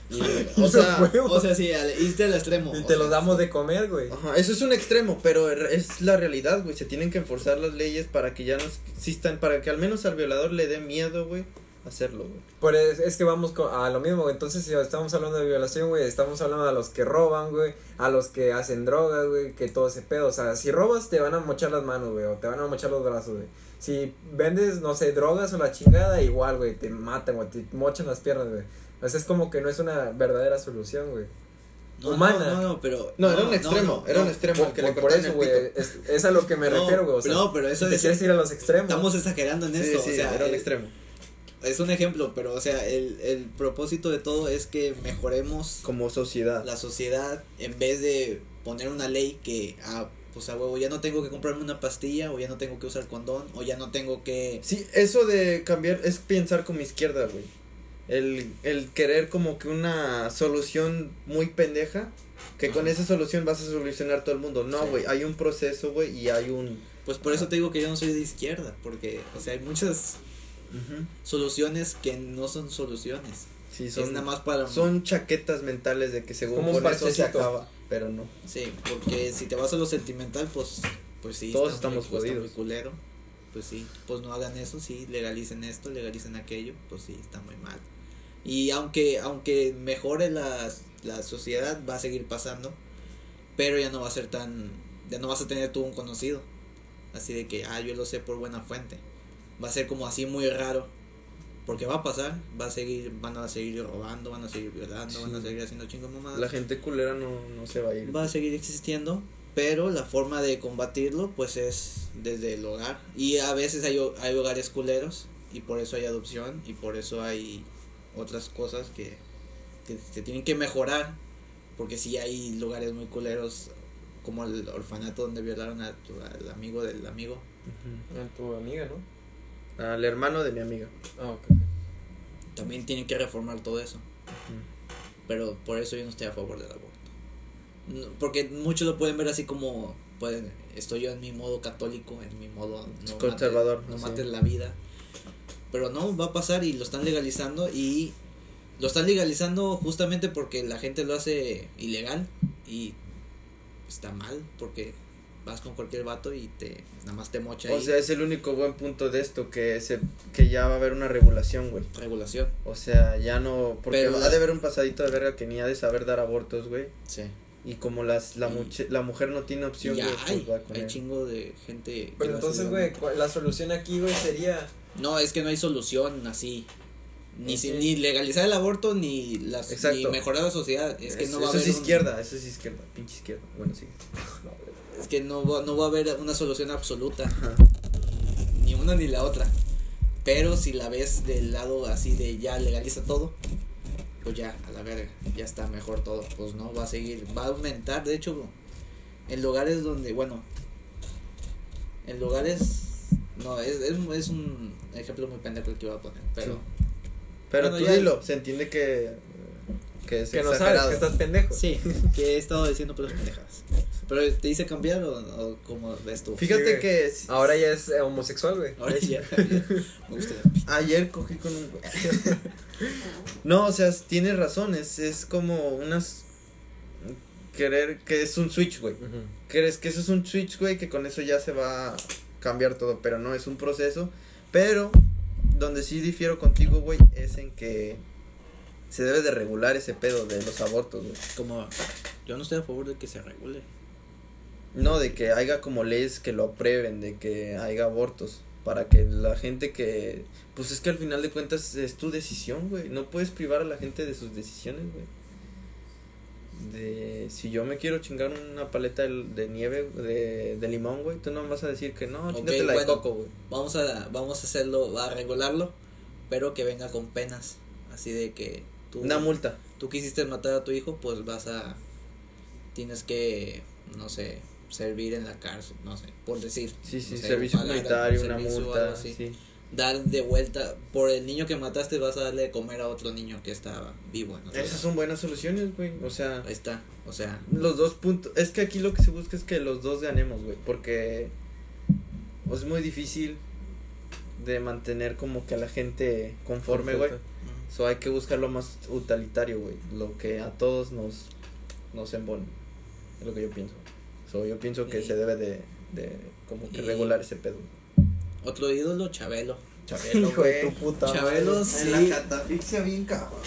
y- o sea,
O sea, sí, al irte al extremo.
Y
o
te lo
sea,
damos de comer, güey.
ajá, eso es un extremo, pero er- es la realidad, güey. Se tienen que enforzar las leyes para que ya no existan, para que al menos al violador le dé miedo, güey, hacerlo, güey.
Por es, es que vamos co- a lo mismo, güey. entonces si estamos hablando de violación, güey, estamos hablando a los que roban, güey, a los que hacen drogas, güey, que todo ese pedo, o sea, si robas te van a mochar las manos, güey, o te van a mochar los brazos, güey. Si vendes, no sé, drogas o la chingada, igual, güey, te matan, güey, te mochan las piernas, güey. O sea, es como que no es una verdadera solución, güey.
No,
humana.
No, no, Ah, no, pero.
No, era un extremo,
no,
era un
no.
extremo
Por,
el que le
por
cortaron
eso,
el
güey,
pito.
es, es a lo que me
No,
refiero, güey, o sea,
no, pero eso
te
es-
quieres ir a los extremos.
Estamos exagerando en
Sí,
esto.
sí,
o sea,
era un
el-
extremo.
es un ejemplo, pero, o sea, el, el propósito de todo es que mejoremos
Como sociedad.
la sociedad en vez de poner una ley que, ah, pues a huevo, ya no tengo que comprarme una pastilla, o ya no tengo que usar condón, o ya no tengo que.
Sí, eso de cambiar es pensar como izquierda, güey. El, el querer como que una solución muy pendeja, que con esa solución vas a solucionar todo el mundo. No,
Sí.
güey, hay un proceso, güey, y hay un...
Pues por eso te digo que yo no soy de izquierda, porque, o sea, hay muchas soluciones que no son soluciones.
Sí,
es
son,
nada más para.
son chaquetas mentales de que según
Como un
con eso se
parchecito.
acaba. pero no.
Sí, porque si te vas a lo sentimental, pues, pues sí.
Todos
está muy-
estamos
pues, está
jodidos.
muy culero. Pues sí, pues no hagan eso, sí, legalicen esto, legalicen aquello, pues sí, está muy mal. Y aunque, aunque mejore la, la sociedad, va a seguir pasando, pero ya no va a ser tan, ya no vas a tener tú un conocido. Así de que, ah, yo lo sé por buena fuente. Va a ser como así muy raro. Porque va a pasar, va a seguir, van a seguir robando, van a seguir violando, van a seguir haciendo chingos
Ah.
mamadas
La gente culera no, no se va a ir.
va a seguir existiendo, pero la forma de combatirlo pues es desde el hogar. Y a veces hay, ho- hay hogares culeros y por eso hay adopción y por eso hay otras cosas que, que se tienen que mejorar, porque si hay lugares muy culeros como el orfanato donde violaron a tu- al amigo del amigo.
A tu amiga, ¿no?
Al hermano de mi amiga.
Ah, ok.
También tienen que reformar todo eso. Pero por eso yo no estoy a favor del aborto. No, Porque muchos lo pueden ver así como, pueden, estoy yo en mi modo católico, en mi modo no
Conservador,
mate- no
sí.
mates la vida. Pero no, va a pasar y lo están legalizando y lo están legalizando justamente porque la gente lo hace ilegal y está mal porque vas con cualquier vato y te nada más te mocha
O
ahí.
sea, es el único buen punto de esto, que se, que ya va a haber una regulación, güey.
regulación.
O sea, ya no, porque
Pero-
ha de haber un pasadito de verga que ni ha de saber dar abortos, güey.
Sí.
Y como las, la,
Y-
muche- la mujer no tiene opción,
ya
güey,
hay,
pues va con
hay
él.
chingo de gente. que
Pero
lo hace
entonces,
ilegalmente.
güey, ¿cuál- la solución aquí, güey, sería.
No, es que no hay solución así. Ni, si-
Ok.
ni legalizar el aborto ni, las, ni
Exacto.
mejorar la sociedad. Es que
Es-
no va a
eso
haber.
es
un-
izquierda, eso es izquierda, pinche izquierda. Bueno, sí.
es que no va, no va a haber una solución absoluta. Ni una ni la otra. Pero si la ves del lado así de ya legaliza todo, pues ya, a la verga. Ya está mejor todo. Pues no, va a seguir. Va a aumentar. De hecho, en lugares donde, bueno, en lugares. No, es, es, es un ejemplo muy pendejo el que iba a poner. Pero.
Sí. Pero
Bueno,
tú
ya-
dilo, se entiende que, que es
Que no sabes,
exagerado.
que estás pendejo.
Sí, que he estado diciendo puras pendejadas. ¿Pero te hice cambiar o, o cómo ves tú?
Fíjate
Sí, güey.
que s-
Ahora ya es eh, homosexual, güey.
Ahora ya. Me gusta la pi-
ayer cogí con un... güey. no, o sea, tienes razón, es, es como unas... Querer que es un switch, güey. crees que eso es un switch, güey, que con eso ya se va a cambiar todo, pero no, es un proceso. Pero donde sí difiero contigo, güey, es en que se debe de regular ese pedo de los abortos, güey.
Como, yo no estoy a favor de que se regule.
No, de que haya como leyes que lo aprueben, de que haya abortos, para que la gente que... Pues es que al final de cuentas es tu decisión, güey. No puedes privar a la gente de sus decisiones, güey. De... Si yo me quiero chingar una paleta de, de nieve, de, de limón, güey, tú no me vas a decir que no,
Ok,
chingate la de
bueno.
coco, güey.
Vamos a, vamos a hacerlo, a regularlo, pero que venga con penas. Así de que tú,
Una multa.
tú quisiste matar a tu hijo, pues vas a. Tienes que, no sé, servir en la cárcel, no sé, por decir.
Sí, sí,
No sé,
servicio
pagar
comunitario,
algún
una
servicio o algo
multa,
así.
sí.
dar de vuelta por el niño que mataste vas a darle de comer a otro niño que estaba vivo ¿no?
Esas son buenas soluciones, güey. O sea,
ahí está o sea
los dos puntos. Es que aquí lo que se busca es que los dos ganemos, güey. Porque es muy difícil de mantener como que a la gente conforme, güey. So hay que buscar lo más utilitario, güey. Lo que a todos nos, nos embone. Es lo que yo pienso. So yo pienso que
Y-
se debe de, de como que
y-
regular ese pedo.
otro ídolo Chabelo
Chabelo, güey.
puta.
Chabelo sí
catafixia bien cabrón.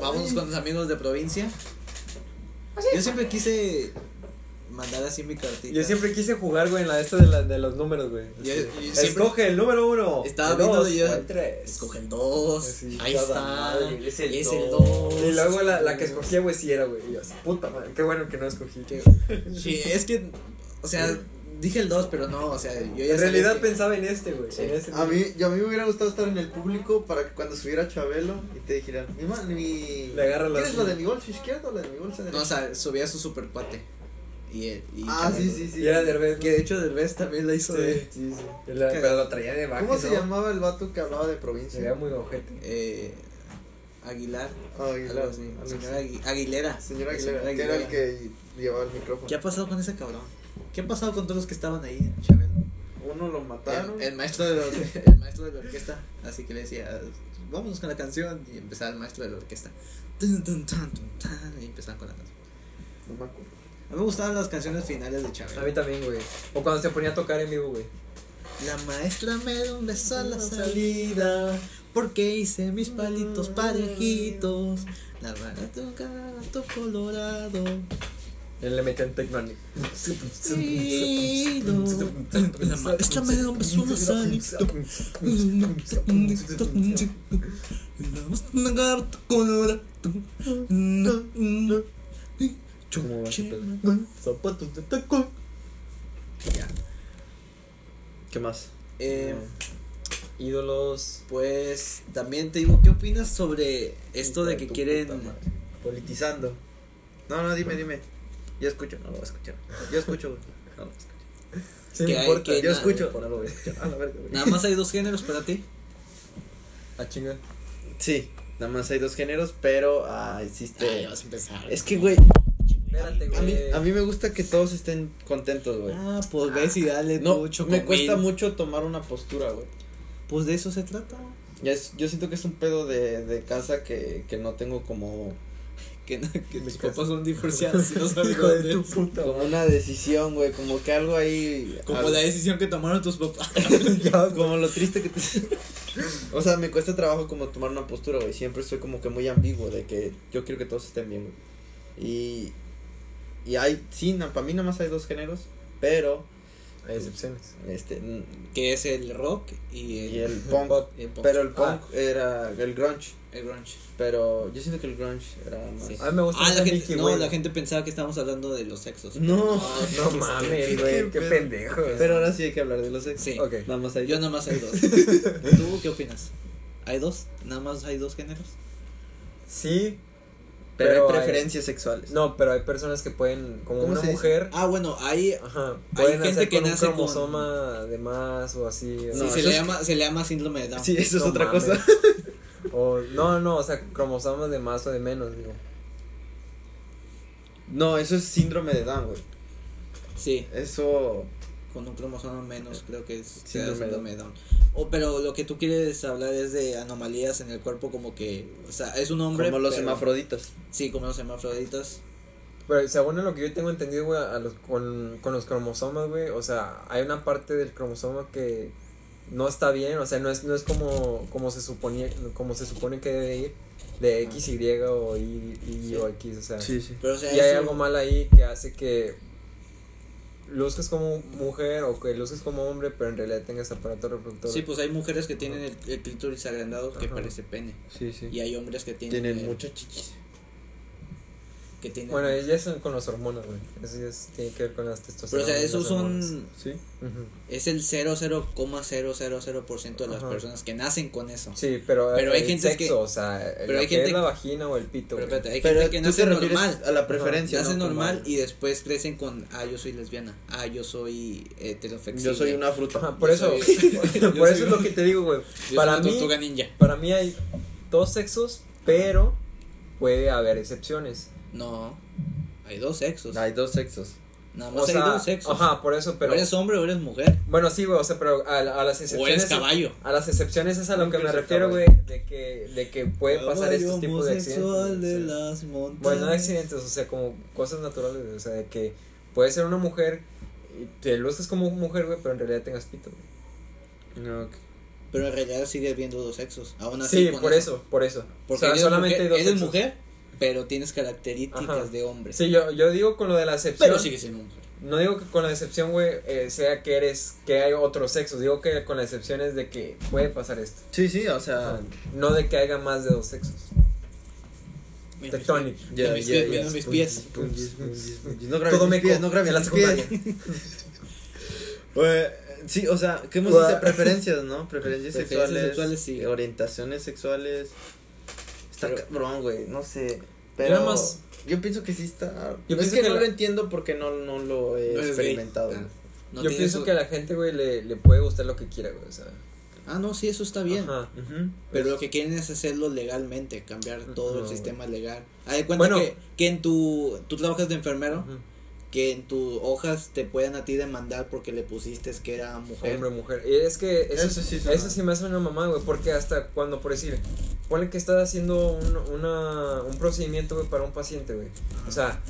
vamos con los amigos de provincia yo siempre quise mandar así mi cartita
Yo siempre quise jugar, güey, en la esta de, la- de los números, güey.
Yo-
Así.
yo siempre-
Escoge el número uno.
Estaba
el
viendo
dos,
yo-
o el tres. Pues
escoge el 2
Sí,
ahí
cada
está
madre,
es
es
el
el
2
Y luego la, la que escogía, güey, sí era, güey. Y yo así, puta madre, qué bueno que no escogí.
sí es que o sea dije el 2 pero no o sea yo ya
En realidad
sabía que- Ah,
pensaba en este, güey. en este.
A mí, yo a mí me hubiera gustado estar en el público para que cuando subiera Chabelo y te dijera, mi, ma- mi...
Le agarra la-
¿Quieres la de mi bolsa izquierda o la de mi bolsa derecha?
no o sea subía su super cuate y, él- y
ah, sí,
Chabelo.
sí, sí.
Y era Derbez.
Que de hecho Derbez también la hizo de...
Sí, sí, sí. Y la- Pero lo traía de baje,
¿Cómo se
¿no?
llamaba el vato que hablaba de
Se veía
provincia?
muy ojete.
eh, Aguilar,
Ah,
Aguilar,
Aguilar.
algo así. Señora Agui- Aguilera.
Señora
La
Aguilera, que era el que llevaba el micrófono.
¿Qué ha pasado con ese cabrón? ¿Qué ha pasado con todos los que estaban ahí, Chabelo?
Uno lo mataron.
El, el maestro de la, or- el maestro de la orquesta, así que le decía, vámonos con la canción y empezaba el maestro de la orquesta. Tun, tun, tun, tun, tan, y empezaban con la canción.
No me acuerdo.
A mí me gustaban las canciones finales de Chabelo.
A mí también, güey. O cuando se ponía a tocar en vivo, güey.
La maestra me da un beso a la salida Mm. porque hice mis palitos parejitos. La rana de un gato colorado.
Él le metían tecno.
Sí, no. La maestra me da un beso a la salida. Eh, La maestra me da un gato colorado. No, no.
¿Cómo va ese pedo?
Zapatos de taco.
Ya.
¿Qué más?
Eh,
Ídolos.
pues también te digo, ¿qué opinas sobre esto de que quieren
Politizando. No, no, dime, dime. Yo escucho, no lo voy a escuchar. Yo escucho, güey. No lo voy a escuchar.
Sí,
Que
me
hay
importa.
que
Yo
na-
escucho, no lo voy a escuchar. A la verga, güey.
Nada más hay dos géneros para ti.
A chingar.
Sí, nada más hay dos géneros, pero ah, existe.
a empezar.
es que, güey,
Espérate,
a mí,
güey.
a mí me gusta que todos estén contentos, güey.
Ah, pues ves y dale
No,
mucho
me cuesta mucho tomar una postura, güey.
Pues de eso se trata.
Ya es- yo siento que es un pedo de, de casa que, que no tengo como,
Que, no- que tus papás son divorciados y no saben dónde.
puta.
como una decisión, güey. Como que algo ahí.
Como
algo-
la decisión que tomaron tus papás.
como lo triste que te... O sea, me cuesta trabajo como tomar una postura, güey. Siempre soy como que muy ambiguo de que yo quiero que todos estén bien, güey. Y... Y hay... Sí, para mí nada más hay dos géneros, pero...
Hay excepciones.
Este... mm,
que es el rock y el,
Y el punk.
Pop.
el pop,
Pero el
Ah.
punk era el grunge.
el grunge.
Pero yo siento que el grunge era más...
Sí.
A mí me gusta
Ah,
más
la
el
gente,
Mickey
no,
Way.
la gente pensaba que estábamos hablando de los sexos.
No.
No mames, güey. Qué
pedo.
pendejo.
Pero ahora sí hay que hablar de los sexos.
Sí.
Ok.
Nada más hay...
Yo nada más hay dos. ¿Tú qué opinas? ¿Hay dos? ¿Nada más hay dos géneros?
Sí.
pero,
pero
hay
hay-
preferencias sexuales.
No, pero hay personas que pueden, como
¿Cómo
una
se dice?
mujer,
Ah, bueno, hay
ajá, pueden
gente
hacer
que
con un
nace con-
cromosoma de más o así. o-
No,
sí, se le
eso es-
llama se le llama síndrome de Down.
Sí, eso es
No
otra
mames.
cosa.
O, no, no, o sea, cromosomas de más o de menos, digo.
No, eso es síndrome de Down, güey.
Sí,
Eso...
con un cromosoma menos, creo que es se llama
Síndrome de
síndrome
Down.
de Down. O pero lo que tú quieres hablar es de anomalías en el cuerpo como que, o sea, es un hombre
como los
pero-
semafroditas.
Sí, como los semafroditas.
Pero según a lo que yo tengo entendido, güey, a los- con, con los cromosomas, güey, o sea, hay una parte del cromosoma que no está bien, o sea, no es, no es como, como, se suponía, como se supone que debe ir,
Ah.
de X, Y o Y, Y o X, o sea.
sí.
Pero o sea,
Y hay
eso-
algo mal ahí que hace que luzcas como mujer o que luzcas como hombre, pero en realidad tengas aparato reproductor.
Sí, pues hay mujeres que tienen el, el clítoris agrandado que
Ajá.
parece pene
Sí, sí.
y hay hombres que tienen
Tienen
eh,
muchas chichis.
que tienen
Bueno, ya es con las hormonas, güey. Eso ya es- tiene que ver con las
Pero o
testosterona.
sea,
y las
esos
hormonas.
son
Sí.
Ujú.
es el 00,000% de las
Ajá.
personas que nacen con eso.
Sí, pero,
Pero hay
el
gente
sexo,
que-
o sea, eh,
pero
lo
hay
que
gente
es la
que-
vagina o el pito. güey.
Pero espérate, hay
Pero
gente que
tú te
nace
refieres
normal.
a la preferencia.
Nace
¿no?
normal
Como,
y después crecen con, ah, yo soy lesbiana, ah, yo soy heteroflexible.
Yo soy una fruta.
Ajá, Ah, por
Yo
eso,
soy- yo
por eso
soy
es
una-
lo que te digo, güey.
yo soy
Para
una
mí,
tortuga ninja.
para mí hay dos sexos, pero puede haber excepciones.
No, hay dos sexos.
Hay dos sexos.
Nada
O
más
sea,
hay dos sexos.
Ajá, por eso, pero
O eres hombre o eres mujer.
Bueno, sí, güey, o sea, pero a, a las
O
excepciones.
eres caballo.
A las excepciones es a lo que me
Nunca es el
refiero,
caballo.
güey, de que, de que puede pasar estos tipos de accidentes.
homosexual de
o sea.
las montañas.
Bueno, no accidentes, o sea, como cosas naturales, güey, o sea, de que puede ser una mujer y te luces como mujer, güey, pero en realidad tengas pito. güey.
Pero en realidad sigue habiendo dos sexos. Aún así,
Sí,
con
por eso, por eso.
Porque
o sea,
eres
solamente
mujer,
hay dos
eres
sexos.
mujer, pero tienes características
Ajá.
de hombre.
Sí, yo, yo digo con lo de la excepción.
pero sigues siendo mujer.
No digo que con la excepción, güey, eh, sea que eres, que hay otro sexo. Digo que con la excepción es de que puede pasar esto.
Sí, sí, o sea.
Ajá. No de que haya más de dos sexos.
Mira,
Tectonic.
Ya,
mis
ya,
pies,
ya.
viendo mis pies.
No grabé
Todo
mis
meco
pies, no grabé
en la
mis
secundaria.
pies. Eh, sí, o sea, ¿qué hemos
Ua.
dicho? Preferencias, ¿no? Pues, Preferencias,
Preferencias
sexuales.
sexuales, sí.
Orientaciones sexuales. Está
Pero-
cabrón, güey, no sé.
Yo
Pero
nada más-
yo pienso que sí está.
Yo
es
pienso
que,
que
no
la-
lo entiendo porque no, no lo he
No eres gay.
experimentado.
Ah. No
Yo
tienes
pienso
o-
que a la gente, güey, le, le puede gustar lo que quiera, güey. O sea,
Ah, no, sí, eso está bien.
Ajá.
Ujú.
Pues
Pero lo que quieren es hacerlo legalmente, cambiar todo
No,
el
güey.
sistema legal. Ah, de cuenta
Bueno.
que, que en tu. Tú trabajas de enfermero,
Ujú.
que en tus hojas te pueden a ti demandar porque le pusiste que era mujer.
Hombre, mujer. Y es que eso,
Eso sí
sí,
es una-
eso sí me hace una mamá, güey. Porque hasta cuando, por decir, ponle que estás haciendo un, una, un procedimiento, güey, para un paciente, güey. O sea,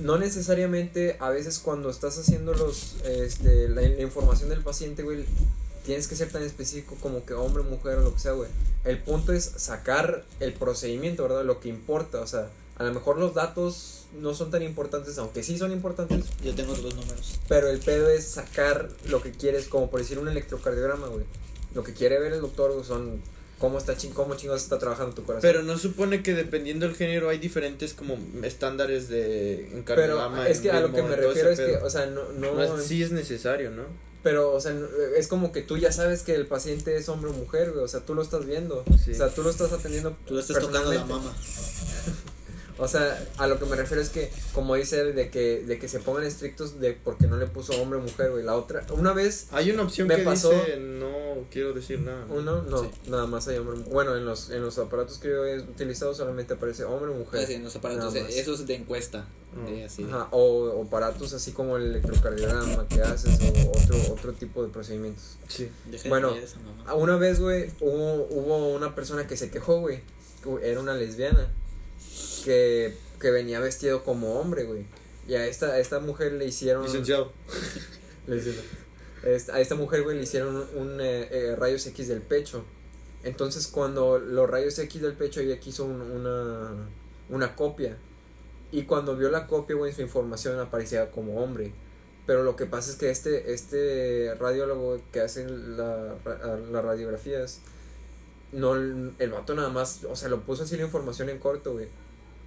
no necesariamente a veces cuando estás haciendo los, este, la, la información del paciente, güey, tienes que ser tan específico como que hombre, mujer o lo que sea, güey. El punto es sacar el procedimiento, ¿verdad? Lo que importa, o sea, a lo mejor los datos no son tan importantes, aunque sí son importantes,
Yo tengo otros números.
pero el pedo es sacar lo que quieres, como por decir un electrocardiograma, güey. Lo que quiere ver el doctor güey, son cómo está ching, cómo chingados está trabajando tu corazón.
Pero no supone que dependiendo del género hay diferentes como estándares de
Pero es que a lo que me refiero es que, o sea, no, no,
sí es necesario, ¿no?
pero, o sea, no- es como que tú ya sabes que el paciente es hombre o mujer, güey, o sea, tú lo estás viendo,
Sí.
o sea, tú lo estás atendiendo.
Tú le estás tocando la
personalmente.
mama.
O sea, a lo que me refiero es que, como dice él, de que, de que se pongan estrictos de porque no le puso hombre o mujer, güey, la otra, una vez,
Hay una opción
Me
que
pasó-
dice no quiero decir nada. ¿no?
uno, no, nada más hay hombre, bueno, en los, en los aparatos que yo he utilizado solamente aparece hombre o mujer.
Así, Ah, en los aparatos,
nada más.
eso es de encuesta. de así de-
Ajá, o, o aparatos así como el electrocardiograma que haces o otro, otro tipo de procedimientos.
Sí.
deja de
Bueno,
leer esa mamá.
Ah, Una vez, güey, hubo, hubo una persona que se quejó, güey. que Era una lesbiana. Que, que venía vestido como hombre, güey. Y a esta, a esta mujer le hicieron.
Licenciado.
Licenciado. Este- a esta mujer, güey, le hicieron un, eh, eh, rayos X del pecho. Entonces, cuando los rayos X del pecho, ella quiso un- una, una copia. Y cuando vio la copia, güey, en su información aparecía como hombre. Pero lo que pasa es que este, este radiólogo que hace la- ra- las radiografías, no, el vato nada más, o sea, lo puso así la información en corto, güey.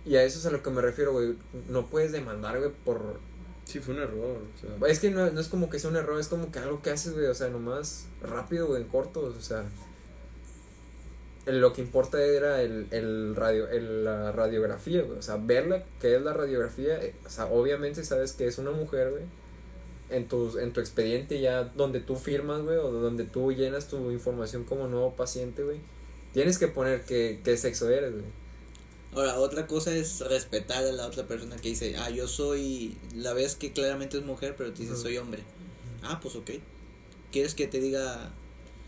Y a eso es a lo que me refiero, güey. No puedes demandar, güey, por,
Sí, fue un error. o sea.
es que no, no es como que sea un error, es como que algo que haces, güey, o sea, nomás rápido, güey, en corto, o sea. el- Lo que importa era el, el radio, el- la radiografía, güey, o sea, verla, qué es la radiografía, eh, o sea, obviamente sabes que es una mujer, güey. En tu, en tu expediente ya donde tú firmas, güey, o donde tú llenas tu información como nuevo paciente, güey, tienes que poner qué, qué sexo eres, güey.
Ahora, otra cosa es respetar a la otra persona que dice, ah, yo soy, la ves que claramente es mujer, pero te dice,
Ujú.
soy hombre. Ah, pues ok. ¿Quieres que te diga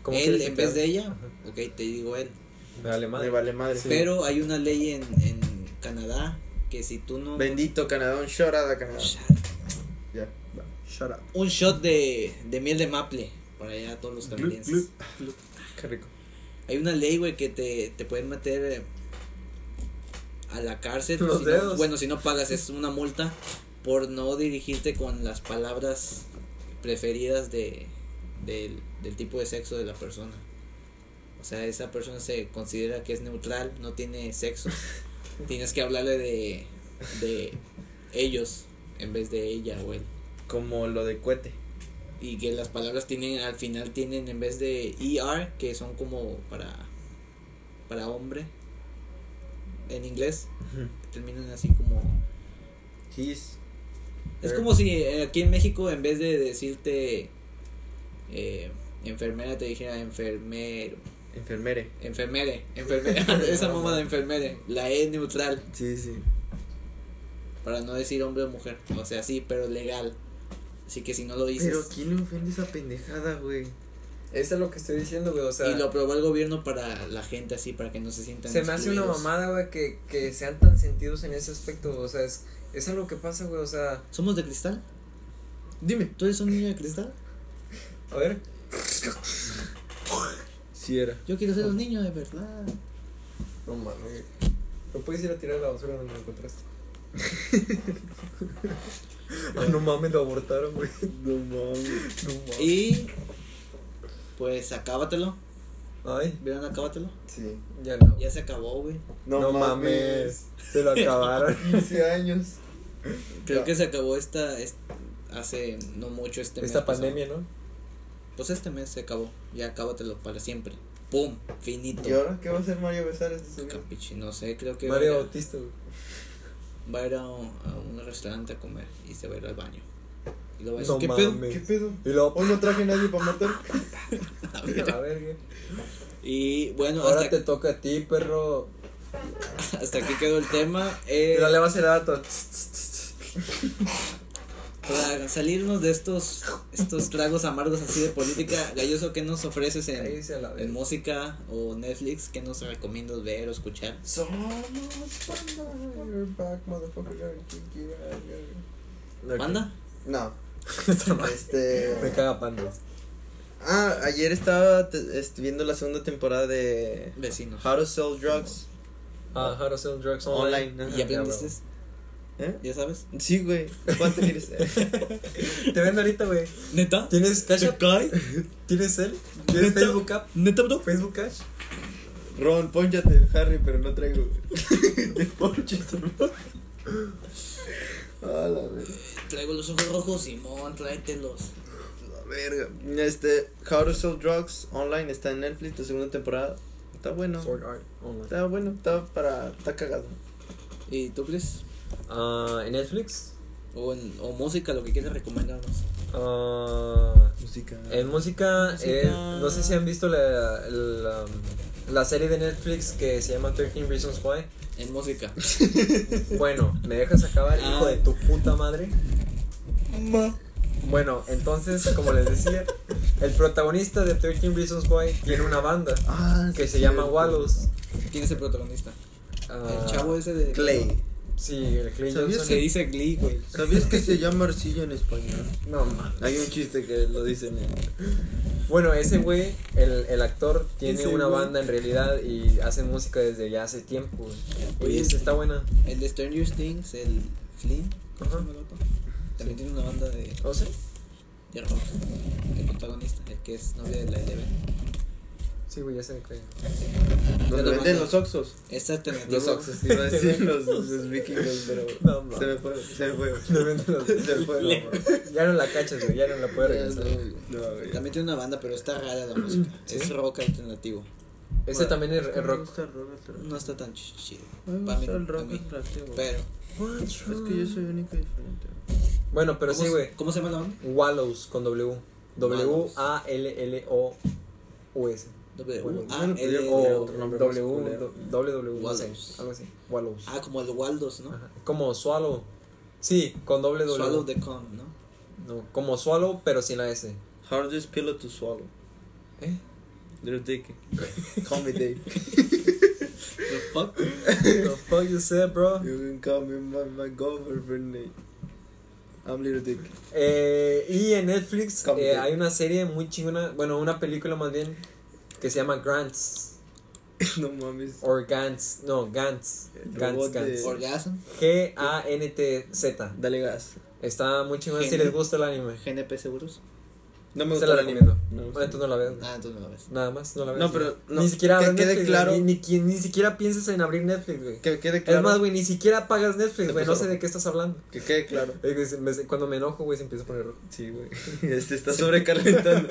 ¿Cómo
él
quieres que
en
te
vez de
hable?
ella? Ok, te digo él.
Me vale madre.
Me vale madre.
Pero hay una ley en, en Canadá que si tú no...
Bendito Canadá, un shout out a Canadá. Ya.
Shut up.
Un shot de, de miel de maple para allá a todos los canadienses.
Qué rico.
Hay una ley, güey, que te, te pueden meter eh, a la cárcel.
Los
si no-
dedos.
bueno, si no pagas es una multa por no dirigirte con las palabras preferidas de, del, del tipo de sexo de la persona. O sea, esa persona se considera que es neutral, no tiene sexo. Tienes que hablarle de, de ellos en vez de ella o él.
Como lo de cohete.
Y que las palabras tienen, al final tienen en vez de ER, que son como para, para hombre, en inglés, terminan así como...
His.
Es como si eh, aquí en México en vez de decirte eh, enfermera te dijera enfermero,
Enfermere.
enfermere, enfermera, esa mamada de enfermere, la E neutral,
Sí, sí.
para no decir hombre o mujer, o sea, sí, pero legal. Así que si no lo dices...
Pero ¿quién le ofende esa pendejada, güey?
Eso es lo que estoy diciendo, güey, o sea.
y lo aprobó el gobierno para la gente así, para que no se sientan
Se me hace una
excluidos.
mamada, güey, que, que sean tan sentidos en ese aspecto, o sea, es, es algo que pasa, güey, o sea,
¿Somos de cristal?
Dime.
¿Tú eres un niño de cristal?
a ver,
Si era.
Yo quiero ser un niño de verdad.
no mames, lo puedes ir a tirar a la basura donde lo encontraste. Ah, no mames, lo abortaron, güey. No mames, no mames.
Y pues acábatelo.
Ay,
¿Vieron acábatelo?
Sí.
ya no.
Ya se acabó, güey.
No, mames. se lo acabaron.
15 años.
Creo
Ya.
que se acabó esta, es- hace no mucho este mes.
Esta
pasado.
pandemia, ¿no?
Pues este mes se acabó. Ya acábatelo para siempre. ¡Pum! Finito.
¿Y ahora qué va a hacer Mario este Besares de su vida?
Capiche, no sé, creo que
Mario
va, a ir
Bautista, güey.
a- va a ir a un, a un restaurante a comer y se va a ir al baño. Y lo va a decir,
No
¿qué pedo?
mames.
¿Qué pedo?
Y luego,
Hoy no traje a nadie para matar.
A
a la
ver.
verga.
Y bueno,
Ahora te
hasta,
toca a ti, perro. Eh,
hasta aquí quedó el tema. Eh,
Y dale, vas el dato.
Para salirnos de estos estos tragos amargos así de política, Galloso, ¿qué nos ofreces en,
Cállese a la
en
vez.
música o Netflix? ¿Qué nos recomiendas ver o escuchar? ¿Panda?
No.
Me
Este.
caga pandas.
Ah, ayer estaba te- este, viendo la segunda temporada de
Vecinos.
How to Sell Drugs
Ah, How to Sell Drugs Online.
Online. ajá.
¿Y aprendiste?
¿Eh?
¿Ya sabes?
Sí, güey. ¿Cuánto quieres?
Te vendo ahorita, güey.
¿Neta?
¿Tienes Cash App?
cae?
¿Tienes él? ¿Tienes
¿Neta?
Facebook App?
¿Neta, bro?
¿Facebook Cash?
Ron, ponchate el Harry, pero no traigo. Te ponchas, Ron. A la verga.
Traigo los ojos rojos, Simón, tráetelos.
La verga. Este, How to Sell Drugs Online está en Netflix, la segunda temporada. Está bueno.
Sword Art Online.
Está bueno, está para. Está cagado.
¿Y tú, Chris?
Ah, ¿En Netflix?
O, en- o música, lo que quieras recomendarnos.
Ah...
Música.
En música,
Música.
eh, no sé si han visto la, la, la serie de Netflix que se llama 13 Reasons Why.
En música.
Bueno, ¿me dejas acabar,
Ah.
hijo de tu puta madre? Bueno, entonces, como les decía, el protagonista de 13 Reasons Why tiene una banda
Ah,
que
sí,
se llama
cierto.
Wallows.
¿Quién es el protagonista?
Ah,
el chavo ese de.
Clay.
Sí, el Clay
¿Sabías
Johnson.
Se dice Glee, güey.
¿Sabías que se llama arcilla en español?
No, mames.
Hay un chiste que lo dicen en...
Bueno, ese güey, el, el actor, tiene
Ese
una
güey.
banda en realidad y hacen música desde ya hace tiempo.
Oye,
Oye, está buena.
El de Stranger Things, el Flynn. ¿cómo se
Ajá.
llama el otro? También tiene una banda de,
¿O sí?
de rock. El protagonista, el que es novia de la Eleven.
Sí, güey, ya sé que.
Donde venden los oxos.
Es alternativa.
Los oxos, iba a decir los, los vikingos, pero...
No, mames.
Se me fue, se me fue.
Le venden los-
Se me fue, no, mames.
Ya no la cachas, güey, ya no la puedes regresar.
No, güey.
También tiene una banda, pero está rara la música. Es rock alternativo.
Ese también es, es rock.
Me gusta el rock alternativo.
No está tan ch- chido.
Me
Para mí,
gusta el
para
rock
mí.
alternativo.
Pero.
Es que yo soy único y diferente.
Bueno, pero sí,
¿cómo,
güey.
se- ¿Cómo se llama la banda?
Wallows con W.
Wallows.
W-A-L-L-O-U-S.
W.
Bueno,
Ah,
bueno, pues
el,
yo-
O
otro nombre
W,
más culero.
W, no sé,
Wallows.
algo así. Wallows.
ah, como el Waldos, ¿no?
Ajá. Como Swallow. Sí, con doble W.
Swallow the Con, ¿no?
No, como Swallow, pero sin la S.
Hardest pillow to swallow.
¿Eh?
Drew Dickey. Call me Dave.
The fuck?
The fuck you said, bro?
You can call me my, my girlfriend name. I'm Little Dick.
Eh, y en Netflix
Come
eh,
to-
hay una serie muy chingona, bueno, una película más bien, que se llama Grants.
no mames.
O Gantz, no, Gantz.
El
Gantz,
robot de-
Gantz.
Orgasm,
G-A-N-T-Z.
Dale gas.
Está muy chingona si
Genio.
les gusta el anime.
GNP Seguros.
No me
Se
gusta
la
el anime.
recomiendo.
No me gusta
Bueno, tú no la veas.
Ah, entonces no la ves.
Nada más, no la veas.
No, pero no,
ni siquiera
que
abres
quede
Netflix,
claro.
güey, Ni, ni- ni siquiera pienses en abrir Netflix, güey.
Que quede claro.
Es más, güey, ni siquiera pagas Netflix,
Te
güey. No
puso
sé de
rojo.
qué estás hablando.
Que quede claro.
Es que se- me- Cuando me enojo, güey, se empieza a poner rojo.
Sí, güey. Este está sobrecalentando.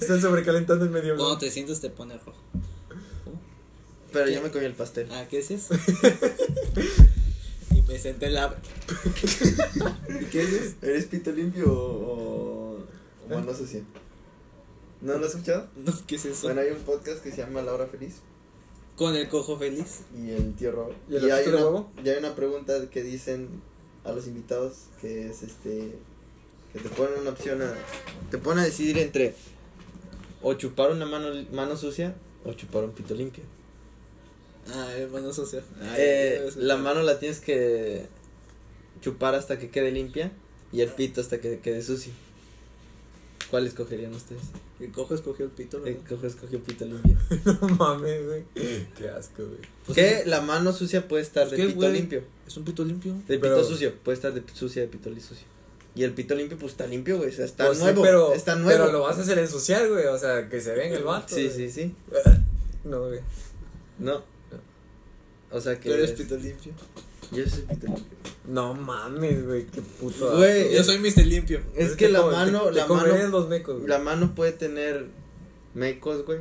Están sobrecalentando el medio. güey.
Cuando te sientas te pone rojo.
Pero ya me comí el pastel.
Ah, ¿qué decías? y me senté en la.
¿Qué es? ¿Eres pito limpio o, o- o mano sucia? ¿No lo has escuchado?
No, ¿qué es eso?
Bueno, hay un podcast que se llama La Hora Feliz
Con el cojo feliz.
y el tío Robo.
¿Y el
hay
ojito de
una,
huevo?
y hay una pregunta que dicen a los invitados que es este. que te ponen una opción a. te ponen a decidir entre o chupar una mano, mano sucia o chupar un pito limpio.
Ah, hermano socio. Ah,
Eh,
ya, ya, ya.
la mano la tienes que chupar hasta que quede limpia y el pito hasta que quede sucio. ¿Cuál escogerían ustedes?
El cojo escogió el pito,
El
¿verdad?
cojo escogió pito limpio.
No mames, güey. Qué asco, güey.
Pues
que la mano sucia puede estar
Pues
de
qué,
pito
güey.
limpio.
Es un pito limpio.
De
Pero-
pito sucio, puede estar de pi- sucia de pito li- sucio. Y el pito limpio, pues está limpio, güey. O sea, está
Pues sí,
nuevo.
pero,
está nuevo.
Pero lo vas a hacer ensuciar, güey. O sea, que se venga el vato.
Sí,
güey.
sí, sí.
No, güey.
No. O sea que.
Tú eres pito limpio.
Yo soy pito limpio.
No mames, güey. Qué puto. asco.
Güey, eh,
Yo
es,
soy Mr. Limpio.
es
Te
que la
co- te-
mano.
te
la
comerías
mano
los mecos, güey.
La mano puede tener mecos, güey.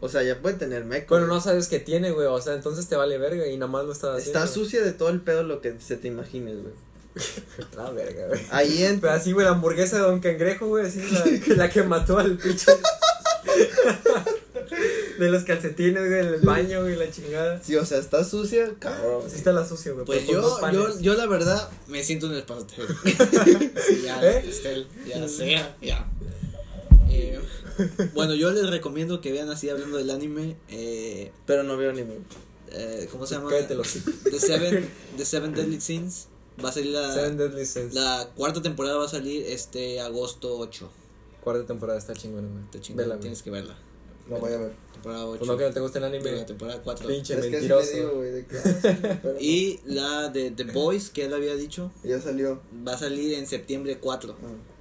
O sea, ya puede tener mecos.
Bueno, no
güey.
sabes qué tiene, güey. O sea, entonces te vale verga y nada más lo estás haciendo.
Está sucia de todo el pedo lo que se te imagines, güey.
La verga, güey.
Ahí
Pero
entra.
así, güey, la hamburguesa de Don Cangrejo, güey. Así la, la que mató al pinche. de los calcetines, güey, del baño, güey, la chingada.
Sí, o sea, está sucia,
Ah.
cabrón.
Así está la sucia, güey.
Pues
pero con
yo,
los panes.
yo, yo la verdad me siento en el pastel. Sí, ya,
¿Eh?
pastel, ya sea, ya. Eh, bueno, yo les recomiendo que vean así hablando del anime. Eh,
Pero no veo anime.
eh, ¿Cómo se llama?
Cállate los hijos.
The Seven, The Seven Deadly Sins. Va a salir
Seven
la,
Deadly Sins.
la cuarta temporada, va a salir este agosto 8.
Cuarta temporada está chingona, güey.
Te chingón,
Vela, güey.
tienes que verla.
No voy a ver.
Temporada
Por lo
8.
que Pues no te gusta el
de la
anime,
temporada 4.
pinche
Es que así
mentiroso.
le digo, güey, de que, ah, sí, pero
Y la de The Boys, que ya le había dicho,
Ya salió.
va a salir en septiembre 4.
Ah.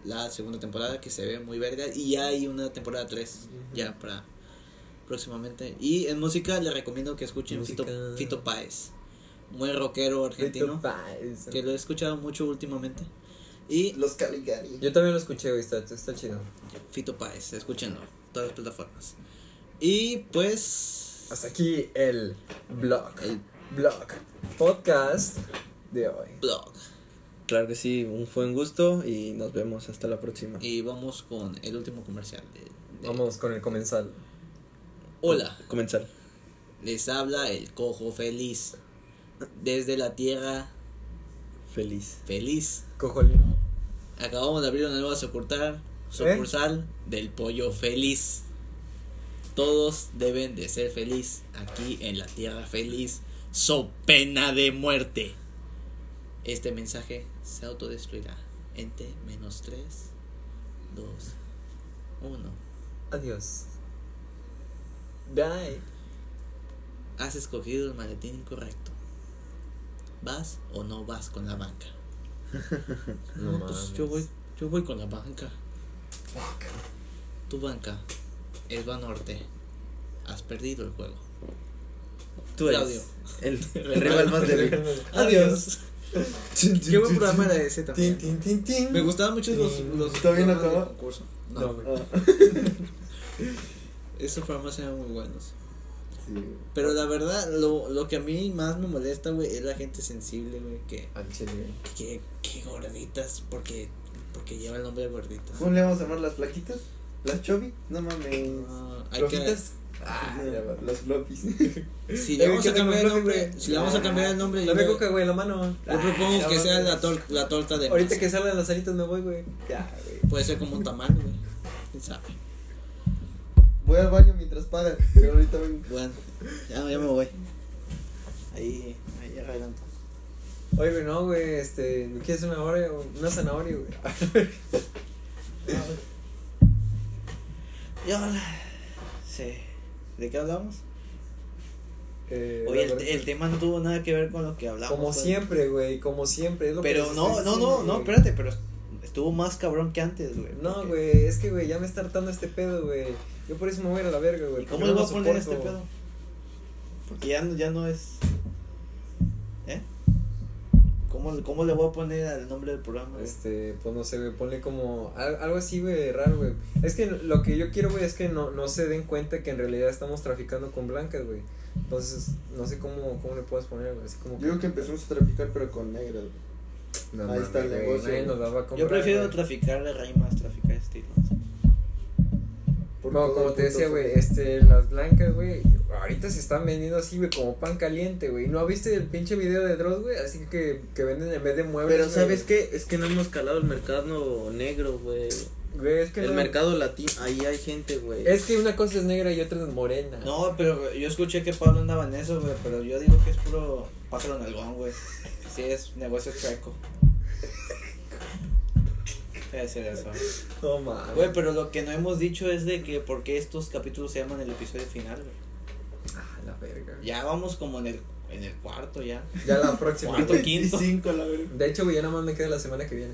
la segunda temporada que se ve muy verga y ya hay una temporada 3 ya para próximamente y en música le recomiendo que escuchen Fito,
Música.
Fito Páez muy rockero argentino
Pies.
que lo he escuchado mucho últimamente y
Los Caligari.
Yo también lo escuché, güey, está, está chido.
Fito Páez escúchenlo todas las plataformas y pues
Hasta aquí el blog.
el
Blog. Podcast de hoy.
blog
Claro que sí, un buen gusto y nos vemos hasta la próxima.
y vamos con el último comercial de- de-
Vamos con el comensal.
hola
Comenzar.
les habla el cojo feliz desde la tierra
Feliz.
feliz
Cojolín.
Acabamos de abrir una nueva sucursal, sucursal del pollo feliz. Todos deben de ser feliz aquí en la tierra feliz, so pena de muerte. Este mensaje se autodestruirá en T menos 3, 2, 1.
Adiós. Bye.
Has escogido el maletín incorrecto. ¿Vas o no vas con la banca?
No
No, pues
mames.
yo voy, yo voy con la banca. Tu banca es Banorte. Has perdido el juego.
Tú eres
Claudio.
el rival más débil.
Adiós. Qué buen programa era ese
Tin,
también.
tin, tin, tin.
Me gustaban mucho los, los
¿Todavía no
programas de
acabó?
concurso. No,
No, güey.
esos programas eran muy buenos.
Sí.
Pero la verdad, lo, lo que a mí más me molesta, güey, es la gente sensible, güey, que,
Al chile, güey.
que, que gorditas, porque, porque lleva el nombre de gorditas.
¿Cómo le vamos a llamar las flaquitas? ¿Las chovi? No mames.
Ah, hay que,
¿Flojitas? Ah, las floppies.
si
Eh,
le vamos a
Hay que
cambiar el
tener
nombre,
nombre.
si le vamos a cambiar el nombre, yo,
Dame
yo
coca, güey, la mano. Ah,
propongo que sea la, tor- la torta de
Ahorita
masa.
que salgan las alitas me voy, güey.
Ya, güey.
Puede ser como un tamal, güey. ¿Quién sabe?
Voy al baño mientras para. Pero ahorita vengo.
Bueno, ya, ya me voy. Ahí, ahí adelante.
Oye, güey, no, güey, este, ¿me quieres una hora? Una zanahoria, güey.
Y ahora, sí. ¿De qué hablamos?
Eh,
Oye,
la
el,
verdad,
el tema no tuvo nada que ver con lo que hablamos.
Como
pues.
siempre, Pues, güey, como siempre. es lo que
Pero
les
no,
estoy
no, no,
diciendo,
no,
güey.
espérate, pero estuvo más cabrón que antes, güey.
No,
porque-
güey, es que, güey, ya me está hartando este pedo, güey. Yo por eso me voy a ir a la verga, güey.
¿Cómo
porque no
le voy a
lo
poner a este
soporto.
pedo? Porque ya no, ya no es. ¿Eh? ¿Cómo, ¿Cómo le voy a poner al nombre del programa? güey?
Este, pues no sé, güey, ponle como al- algo así, güey, raro, güey. Es que lo que yo quiero, güey, es que no, no se den cuenta que en realidad estamos traficando con blancas, güey. Entonces, no sé cómo, cómo le puedas poner, güey, así como...
Yo digo que empezamos a traficar, pero con negras. güey.
No
ahí
mames,
está el
güey,
negocio,
nadie
güey.
nos la va a comprar,
Yo prefiero
güey.
traficar de rimas, traficar estilos.
Por
No,
todo
como
el
te
mundo
decía,
se-
güey, este, las blancas, güey, ahorita se están vendiendo así, güey, como pan caliente, güey. ¿No viste el pinche video de Dross, güey? Así que, que venden en vez de muebles.
Pero ¿sabes
güey.
qué? Es que no hemos calado el mercado negro, güey.
Güey, es que
El
no-
mercado latino, ahí hay gente, güey.
Es que una cosa es negra y otra es morena.
No, pero yo escuché que Pablo andaba en eso, güey, pero yo digo que es puro pájaro nalgón, güey. Sí, es negocio chueco. Voy a decir eso.
No mames.
Güey, pero lo que no hemos dicho es de que por qué estos capítulos se llaman el episodio final, güey.
Ah, la verga.
Ya vamos como en el, en el cuarto ya.
Ya la próxima.
Cuarto, quinto.
25, la verdad.
De hecho, güey, ya nada más me queda la semana que viene.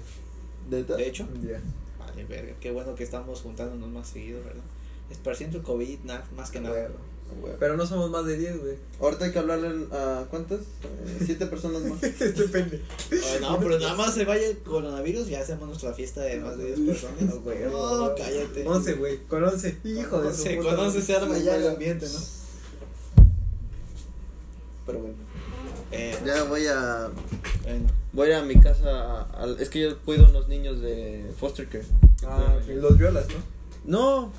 ¿Neta?
De hecho,
Ya.
vale, verga, qué bueno que estamos juntándonos más seguido, ¿verdad? Esparciendo el COVID, nada, más que nada.
Bueno, bueno.
Pero no somos más de 10, güey.
Ahorita hay que hablarle a cuántas? Eh, siete personas más.
Depende.
Ay, no, pero nada más se vaya el coronavirus y ya hacemos nuestra fiesta de más de 10 personas.
No, güey.
No, cállate.
11, güey. Con 11. Hijo de su
se
puta
conoce, se arma ya el ambiente, ¿no?
Pero bueno.
Eh,
Ya voy a
bueno.
voy a mi casa a- a- es que yo cuido a unos niños de foster care.
madre. Ah, ok. los violas, ¿no?
No.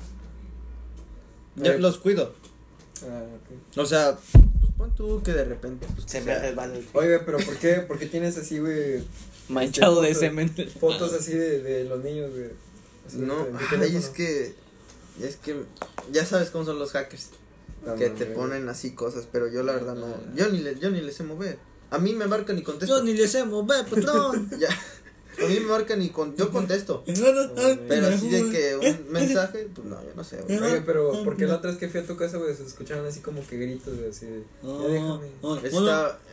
Ya
Eh.
los cuido.
Ah, ok.
O sea, pues pon tú que de repente. pues,
Se
que
me
sea-
resbaló el
Oye, pero ¿por qué, por qué tienes así, güey,
manchado de
foto-
cemento.
fotos así de, de los niños, güey? Así
No,
de- de
ay,
teléfono.
es que. Es que. Ya sabes cómo son los hackers.
Ah,
que
no, Ah.
te
güey.
ponen así cosas, pero yo la verdad no. Yo ni les, yo ni les sé mover. A mí me marcan y contesto.
Yo ni le sé mover, patrón.
Ya. A mí me marcan y con, yo contesto.
No, no, no,
Pero
me Eh,
así de
juro.
que un mensaje, pues no, yo no sé. güey.
Oye, pero ¿por qué la otra vez que fui a tu casa, güey, se escucharon así como que gritos, güey, así de...
Oh,
ya déjame.
oh,
Está,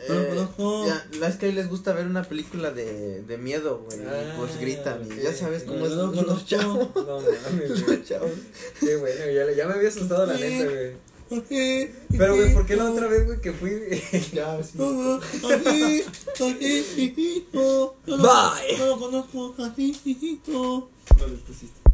eh,
hola, hola.
ya, la es que a él les gusta ver una película de, de miedo, güey. y
Ah,
pues gritan.
ok,
y ya sabes
ok.
cómo es
Hola, hola,
los chavos.
No mames, güey.
Los chavos.
Qué bueno, ya, ya me había asustado la neta, güey.
Oye,
Pero, güey, ¿por qué la
oye,
otra vez, güey, que fui? ya, sí.
oye, oye, oye, oye, oye, oye,
Bye.
no lo conozco, oye, oye, oye.
No les pusiste.